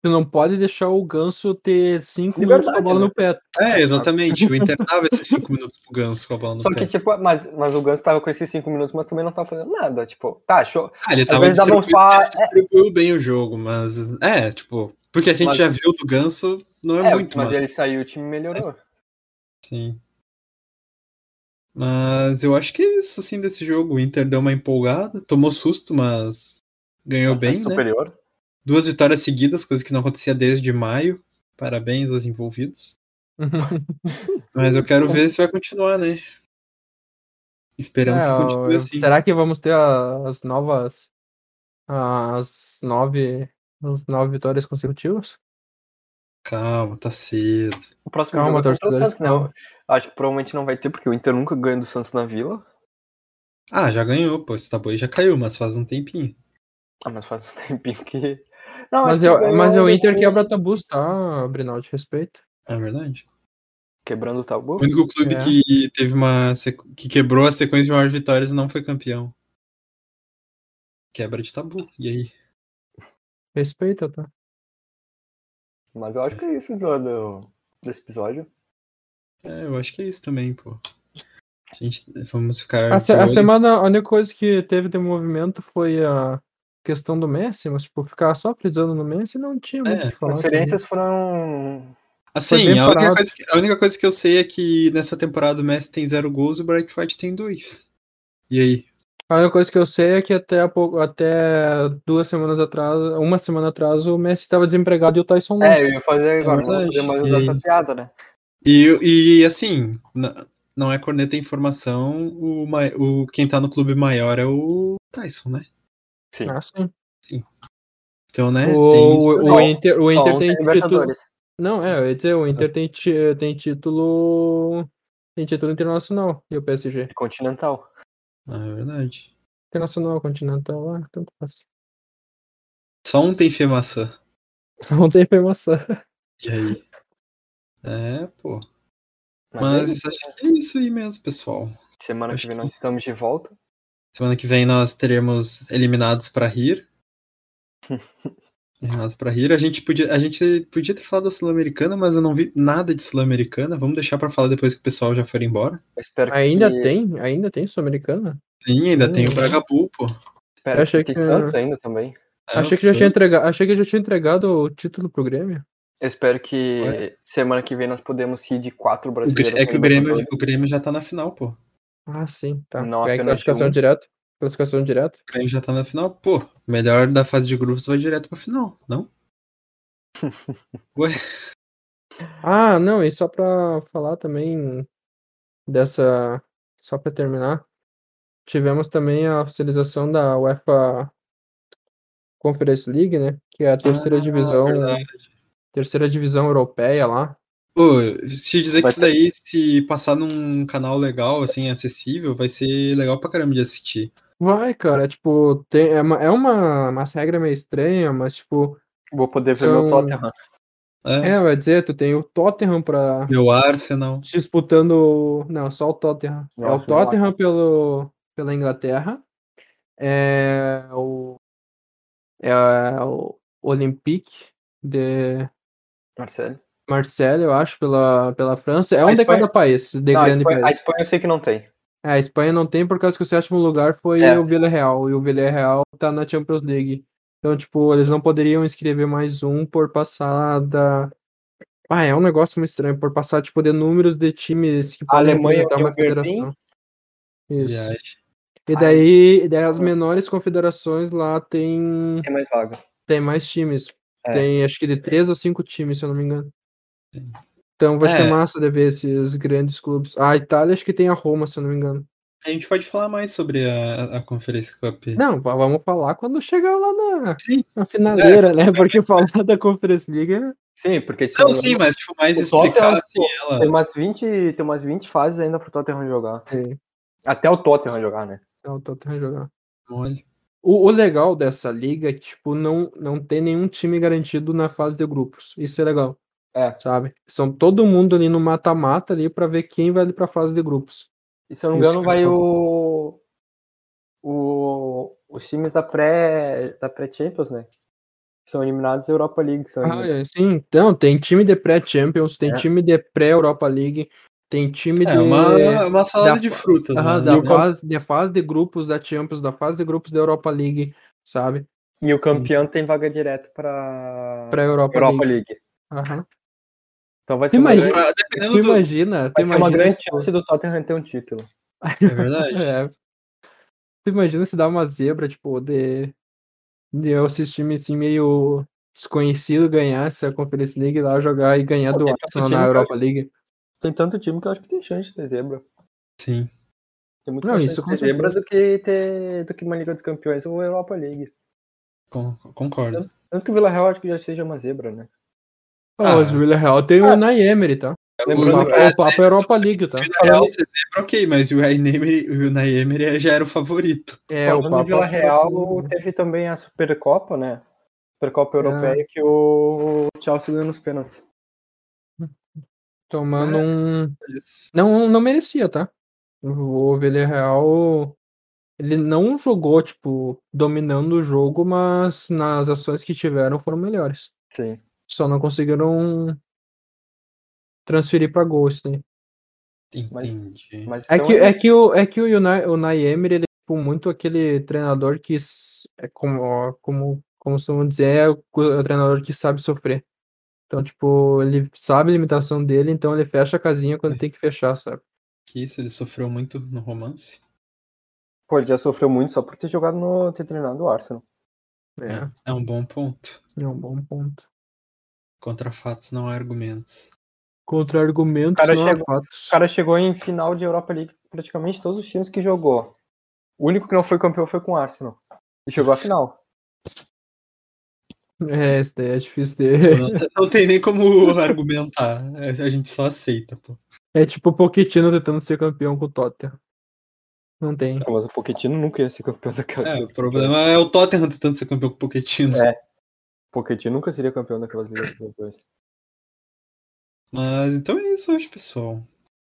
D: Tu não pode deixar o Ganso ter cinco
B: Liberdade,
D: minutos com a bola
B: né?
D: no pé.
C: É, exatamente. O Inter dava esses cinco minutos pro Ganso com a bola no
B: Só
C: pé.
B: que, tipo, mas, mas o Ganso tava com esses cinco minutos, mas também não tava fazendo nada. Tipo, tá, show.
C: Ah, ele
B: Às
C: tava
B: vezes dava
C: distribuindo,
B: uns pa- é,
C: distribuiu bem o jogo, mas é, tipo, porque a gente
B: Mas-
C: já viu do Ganso, não é,
B: é,
C: muito, É
B: mas
C: mas,
B: ele saiu, o time melhorou.
C: sim. Mas eu acho que é isso sim desse jogo, o Inter deu uma empolgada, tomou susto, mas ganhou
D: É
C: bem, né?
B: superior.
C: Duas vitórias seguidas, coisa que não acontecia desde maio. Parabéns aos envolvidos. Mas eu quero ver se vai continuar, né? Esperamos
D: É,
C: que continue
D: eu-
C: assim.
D: Será que vamos ter a- as novas. As nove. As nove vitórias consecutivas?
C: Calma, tá cedo.
B: O próximo jogo é
D: Calma,
B: contra o
D: torcedores,
B: Santos, né? Acho que provavelmente não vai ter, porque o Inter nunca ganha do Santos na Vila.
C: Ah, já ganhou, pô. Esse tabu aí já caiu, mas faz um tempinho.
B: Ah, mas faz um tempinho que... Não, acho
D: Mas
B: que
D: é,
B: ganhou
D: mas é o Inter
B: do-
D: quebra tabus, tá, Brinaldi? Respeito.
C: É verdade.
B: Quebrando o tabu.
C: O único clube
D: É.
C: que teve uma. sequ- que quebrou a sequência de maiores vitórias e não foi campeão. Quebra de tabu. E aí?
D: Respeita, tá?
B: Mas eu acho que é isso do, do- desse episódio.
C: É, eu acho que é isso também, pô. A gente. Vamos ficar.
D: A, se-
C: de
D: a
C: olho.
D: semana, a única coisa que teve de movimento foi a questão do Messi, mas tipo, ficar só frisando no Messi não tinha muito o
C: É.
D: que falar.
B: Transferências foram...
D: Foi
C: Assim,
D: bem
C: a única,
D: parado.
C: coisa que, a única coisa que eu sei é que nessa temporada o Messi tem zero gols e o Bright White tem dois. E aí?
D: também. A única coisa que eu sei é que até, há pouco, até duas semanas atrás, uma semana atrás, o Messi estava desempregado e o Tyson não.
B: É, eu ia fazer agora, não vou
C: verdade.
B: fazer mais
C: E aí?
B: essa piada, né?
C: E, e assim, n- não é corneta a informação, o, mai- o, quem tá no clube maior é o Tyson, né?
B: Sim.
D: Ah, sim.
C: Então, né?
D: o,
C: tem isso
D: o- o
C: também. é
D: Inter, o
B: Só
D: Inter
B: um
D: tem título.
B: Libertadores.
D: Não, é, eu ia dizer, o Inter tem, ti- tem título. Tem título internacional e o PSG.
B: E Continental.
C: Ah, é verdade.
D: Internacional, continental, ah, tanto faz.
C: Só um tem fia maçã.
D: Só não tem informação.
C: E aí? É, pô.
B: é
C: Mas
B: isso.
C: acho que é isso aí mesmo, pessoal.
B: semana que
C: acho
B: vem
C: que-
B: nós estamos de volta.
C: Semana que vem nós teremos eliminados pra rir. eliminados pra rir. A gente podia, a gente podia ter falado da Sul-Americana, mas eu não vi nada de Sul-Americana. Vamos deixar pra falar depois que o pessoal já for embora.
B: Eu espero
D: Ainda
B: que...
D: tem? Ainda tem Sul-Americana?
C: Sim, ainda tem o
D: Hum.
C: Bragabu, pô.
B: Espero
D: achei
B: que tem
D: que-
B: Santos ainda também.
C: É,
D: achei,
C: o
D: que já tinha
C: Santos.
D: entrega... achei que já tinha entregado o título pro Grêmio.
B: Eu espero que
C: Olha.
B: semana que vem nós podemos ir de quatro
C: O Grê-
B: brasileiros.
C: É que o
B: na
C: Grêmio,
B: Libertadores.
C: o Grêmio já tá na final, pô. O
D: Ah, sim, tá.
B: Não,
D: é
B: apenas
D: classificação
B: um.
D: direta. Classificação direta.
C: Grêmio já tá na final, pô. o Melhor da fase de grupos vai direto pra final, não?
D: Ah, não, e só pra falar também dessa. Só pra terminar, tivemos também a oficialização da UEFA Conference League, né? Que é a terceira
C: Ah,
D: divisão,
C: verdade.
D: terceira divisão europeia lá.
C: Pô, se dizer que
B: Vai
C: isso daí, se passar num canal legal, assim, acessível, vai ser legal pra caramba de assistir.
D: Vai, cara, tipo, tem, é uma, é uma, umas regra meio estranha, mas tipo,
B: Vou poder ver
D: São-
B: meu Tottenham.
C: É,
D: é, vai dizer, tu tem o Tottenham pra
C: Meu Arsenal.
D: disputando, não, só o Tottenham. É
B: Não,
D: o
B: acho que não é.
D: Tottenham pelo, pela Inglaterra, é o, é o Olympique de
B: Marcelo.
D: Marseille, eu acho, pela, pela França. É um
B: A
D: de
B: Espanha-
D: cada país, de
B: Não, a,
D: grande
B: Espanha, a
D: país.
B: Espanha eu sei que não tem.
D: É, a Espanha não tem por causa que o sétimo lugar foi
B: É.
D: o Villarreal, e o Villarreal tá na Champions League. Então, tipo, eles não poderiam escrever mais um por passar da... Ah, é um negócio muito estranho, por passar, tipo, de números de times que
B: A
D: podem
B: Alemanha
D: representar
B: e o
D: uma
B: Berlim?
D: federação. Isso.
C: Viagem.
D: E
B: Ai. Ah.
D: daí, e daí as menores confederações lá tem,
B: Tem mais vaga.
D: tem mais times.
B: É.
D: Tem acho que de três ou cinco times, se eu não me engano. Então vai ser
C: É.
D: massa de ver esses grandes clubes. A Itália acho que tem a Roma, se eu não me engano.
C: A gente pode falar mais sobre a, a Conferência Cup.
D: Não, va- vamos falar quando chegar lá na,
C: Sim.
D: na finaleira, né? Porque falar da Conference League é-
B: Sim, porque tinha-
C: Não, sim, mas tipo, mais
B: O Tottenham,
C: explicar assim,
B: pô,
C: ela.
B: tem, umas 20, tem umas 20 fases ainda pro Tottenham jogar. Até o Tottenham jogar, né?
D: é o Tottenham jogar.
C: Olha.
D: O, o legal dessa liga é que, tipo, não, não tem nenhum time garantido na fase de grupos. Isso é legal.
B: É.
D: Sabe? São todo mundo ali no mata-mata ali pra ver quem vai ali pra fase de grupos.
B: E se eu não me
D: Isso, é
B: engano,
D: cara.
B: vai o. o os times da pré da pré-Champions, né? que são eliminados da Europa League. que São
D: Ah,
B: eliminados.
D: é, sim, então, tem time de pré-Champions, tem
B: É.
D: time de pré-Europa League, tem time de.
C: É uma, uma salada
D: da-
C: de frutas.
D: Aham,
C: né?
D: da,
C: E o campo-
D: fase, da fase de grupos da Champions, da fase de grupos da Europa League, sabe?
B: E o campeão tem vaga direta para
D: é. Pra Europa,
B: É. Europa
D: League.
B: League.
D: Aham.
B: Então vai
D: Tu
B: ser, uma
D: imagina-
B: grande,
C: Ah,
D: Tu
C: Dependendo do.
D: imagina, tu
B: vai ser é uma
D: imagina. tipo,
B: grande
D: se-
B: chance do Tottenham ter um título.
C: É verdade.
D: É. Tu imagina se dá uma zebra, tipo, de, de esses times assim meio desconhecido ganhar essa Conference League lá, jogar e ganhar
B: Pô,
D: do
B: tem tanto
D: Arsenal
B: time
D: na
B: que
D: Europa League.
B: Tem tanto time que eu acho que tem chance de ter zebra.
C: Sim.
B: Tem muito
D: Não,
B: mais
D: isso
B: chance
D: com
B: de ter zebra
D: certeza.
B: do que, ter, do que uma Liga dos Campeões ou Europa League.
C: con- Concordo.
B: Antes que o Vila Real acho que já seja uma zebra, né?
D: Ah, mas o Villarreal tem o Naemery, tá? O
B: Lembrando
D: papo,
B: que
D: o papo é Europa League, tá?
C: Na real, você zebra é ok, mas o Naemery- o Unai Emery já era o favorito.
D: É, o
B: falando
D: papo
B: de Vila
D: é
B: Real,
D: Europa League.
B: teve também a Supercopa, né?
D: É.
B: Supercopa Europeia que o Chelsea ganhou nos pênaltis.
D: tomando
C: É.
D: um.
C: Isso.
D: Não, não merecia, tá? O Villarreal, ele não jogou, tipo, dominando o jogo, mas nas ações que tiveram foram melhores.
B: Sim.
D: Só não conseguiram transferir pra gol isso daí.
C: Entendi.
B: Mas
D: É
B: então
D: que,
B: é
D: é que o, é que o Unai, o Unai Emery, ele é tipo, muito aquele treinador que, s- é como, ó, como, como costumam dizer, é o, co- é o treinador que sabe sofrer. Então, tipo, ele sabe a limitação dele, então ele fecha a casinha quando tem que fechar, sabe?
C: Que isso, ele sofreu muito no romance.
B: Pô, ele já sofreu muito só por ter jogado no. ter treinado o Arsenal.
D: É,
C: É um bom ponto.
D: é um bom ponto.
C: Contra fatos não há argumentos.
D: Contra argumentos,
B: Cara,
D: não há
B: chegou-
D: fatos.
B: O cara chegou em final de Europa League praticamente todos os times que jogou. O único que não foi campeão foi com o Arsenal. E chegou à final.
D: É, esse daí é difícil de.
C: Não, não tem nem como argumentar. A gente só aceita, pô.
D: É tipo o Pochettino tentando ser campeão com o Tottenham. Não tem.
B: Não, mas o Pochettino nunca ia ser campeão da
C: É, o problema é o Tottenham tentando ser campeão com o Pochettino.
B: É. O Pochettino nunca seria campeão daquelas Ligas dos Campeões.
C: Mas então é isso hoje, pessoal.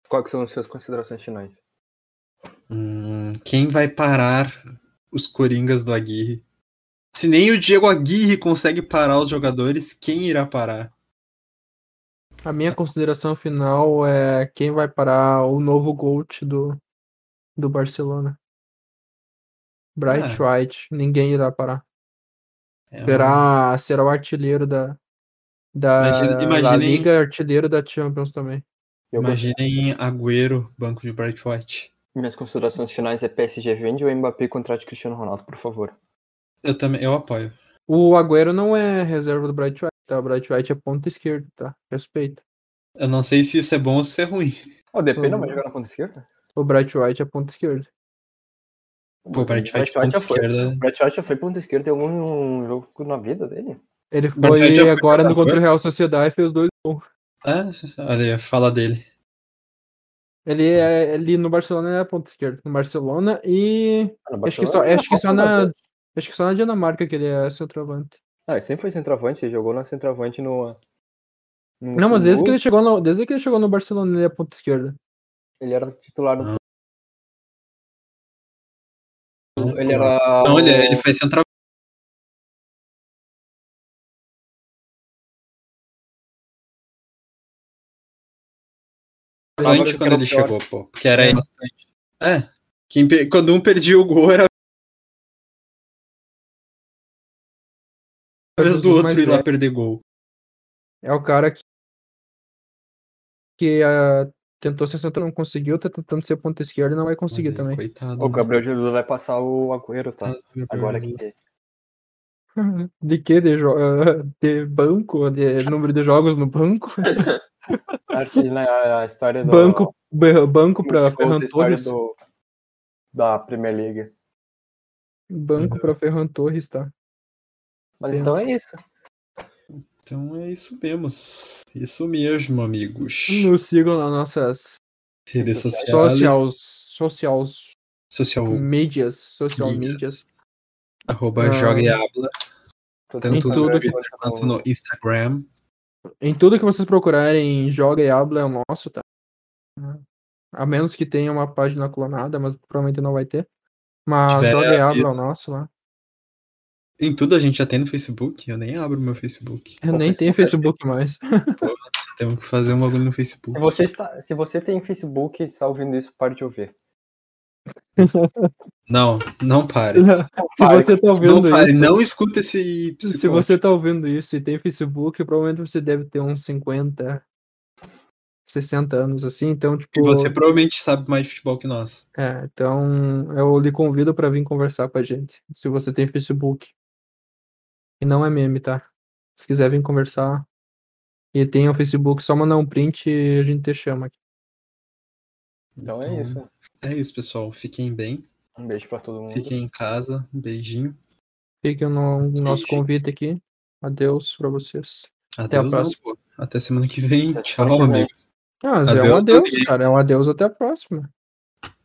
B: Quais são as suas considerações finais?
C: Hum, quem vai parar os Coringas do Aguirre? Se nem o Diego Aguirre consegue parar os jogadores, quem irá parar?
D: A minha consideração final é quem vai parar o novo GOAT do, do Barcelona. Bright White, ninguém irá parar.
C: É
D: Será, será o artilheiro da, da,
C: Imagina-
D: da
C: imaginem-
D: Liga, artilheiro da Champions também.
B: Eu
C: Imaginem Agüero, banco de Bright White.
B: Minhas considerações finais é PSG vende ou Mbappé contrate Cristiano Ronaldo, por favor.
C: Eu também, eu apoio.
D: O Agüero não é reserva do Bright White, tá? O Bright White é ponta esquerda, tá? Respeita.
C: Eu não sei se isso é bom ou se é ruim.
B: O DP não vai
D: Uhum.
B: jogar na ponta esquerda?
D: O Bright White é ponta esquerda.
C: Pô, o Bright White,
B: White já
C: ponta
B: foi.
C: esquerda.
B: O Brett White já foi ponta esquerda em algum jogo na vida dele?
D: Ele
C: Bright White já
D: foi
C: foi
D: agora no
C: jogador?
D: contra o Real Sociedade e fez dois gols.
C: Ah, olha, aí, fala dele.
D: Ele, é, ele no Barcelona ele é ponta esquerda. No Barcelona e.
B: Ah, no
D: Acho que, só,
B: Barcelona ele
D: acho que
B: era
D: só
B: jogador.
D: na. Acho que só na Dinamarca que ele é centroavante.
B: Ah, ele sempre foi centroavante, ele jogou na centroavante no. no
D: Não, mas desde que ele
B: Toulouse,
D: chegou no, desde que ele chegou no Barcelona, ele é ponta esquerda.
B: ele era titular do.
C: Ah.
D: Ah,
B: Ele era.
C: Não, ele, é-
B: o-
C: ele faz central.
B: Tava que
C: Avante quando
B: era o
C: ele
B: pior.
C: chegou, pô. Porque era
D: É.
C: bastante. É. Quem per- Quando um perdia o gol era.
D: Era
C: vez
D: um dos
C: do outro
D: mais
C: ir lá
D: velhos.
C: perder gol.
D: É o cara que. Que ah, tentou ser centro, não conseguiu, tá tentando ser ponta esquerda e não vai conseguir
C: Mas aí,
D: também.
C: Coitado.
B: O Gabriel Jesus vai passar o Agüero,
D: Ah,
B: tá? Agora que.
D: De que? De, jo- ah, de banco? De número de jogos no banco?
B: Acho que na a história do.
D: Banco, ba- banco
B: Muito
D: pra
B: bom
D: Ferran
B: da história
D: Torres.
B: do- da Premier League.
D: Banco pra Ferran Torres, tá?
B: Mas
D: Temos.
B: então é isso.
C: Então é isso mesmo. Isso mesmo, amigos.
D: Nos sigam nas nossas
C: Redes sociais.
D: sociais, sociais
C: Social
D: mídias, social mídias.
C: mídias. Arroba
D: Ah,
C: Joga e Habla.
B: Tanto
C: Tanto
D: em
C: no
D: tudo que-
C: Twitter
B: tá
C: quanto no Instagram.
D: Em tudo que vocês procurarem, joga e habla é o nosso, tá?
C: Uhum.
D: A menos que tenha uma página clonada, mas provavelmente não vai ter. Mas
C: Tiver,
D: joga e habla é
C: avisa.
D: o nosso lá.
C: Em tudo a gente já tem no Facebook. Eu nem abro meu Facebook.
D: Eu
B: Pô,
D: nem
B: Facebook
D: tenho
B: é
D: Facebook mais.
C: Temos que fazer um bagulho no Facebook.
B: Se você, está, se você tem Facebook e está ouvindo isso, pare de ouvir.
C: Não, não pare.
D: Se você tá
C: Não
D: ouvindo
C: pare,
D: isso.
C: não escuta esse psicólogo.
D: Se você tá ouvindo isso e tem Facebook, provavelmente você deve ter uns 50, 60 anos assim, então tipo,
C: E você provavelmente sabe mais de futebol que nós.
D: é, então eu lhe convido pra vir conversar com a gente, se você tem Facebook. E não é meme, tá? Se quiser vir conversar e tem o Facebook, só mandar um print e a gente te chama aqui.
B: Então é isso.
C: É isso, pessoal. Fiquem bem.
B: Um beijo pra todo mundo.
C: Fiquem em casa. Um beijinho.
D: Fique no nosso
C: Ixi.
D: convite aqui. Adeus pra vocês.
C: Até,
D: a
C: o
D: próxima.
C: próximo. Até semana que vem.
B: Até
C: Tchau,
B: semana que vem.
C: amigos.
D: Ah, mas é um
C: Adeus,
D: adeus,
C: Rodrigo.
D: cara. É um adeus até a próxima.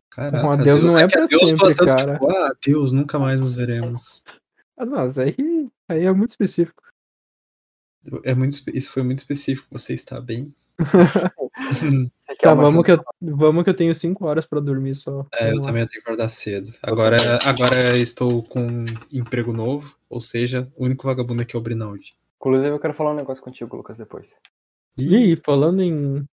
C: Caraca,
D: Um adeus não é
C: que
D: pra
C: tô
D: sempre,
C: tanto,
D: cara.
C: tipo, ah, adeus, nunca mais nos veremos.
D: Ah, não, mas aí, aí é muito específico.
C: É muito, espe- isso foi muito específico. Você está bem?
B: Você quer um?
D: Tá,
B: é uma
D: vamos que,
B: ajuda?
D: eu, vamos que eu tenho 5 horas pra dormir só.
C: É, eu
D: Vamos lá.
C: também tenho que acordar cedo. Agora, agora estou com um emprego novo, ou seja, o único vagabundo aqui é o Brinaldi.
B: Inclusive, eu quero falar um negócio contigo, Lucas, depois.
D: E aí, falando em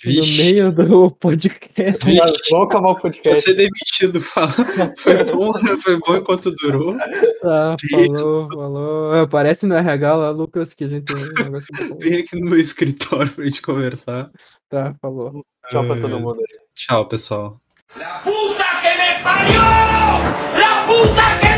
C: Vixe,
D: no meio do podcast,
C: vixe,
B: Vamos acabar o podcast.
C: você é demitido. Fala. Foi bom, foi bom enquanto durou.
D: tá,
C: Deus
D: falou, falou. Aparece no RH lá, Lucas, que a gente tem um negócio bom.
C: Vem aqui no meu escritório pra gente conversar.
D: Tá, falou.
B: Tchau pra
C: Ai,
B: todo
C: ai.
B: mundo.
C: Tchau, pessoal.
A: ¡La puta que me parió! ¡La puta que me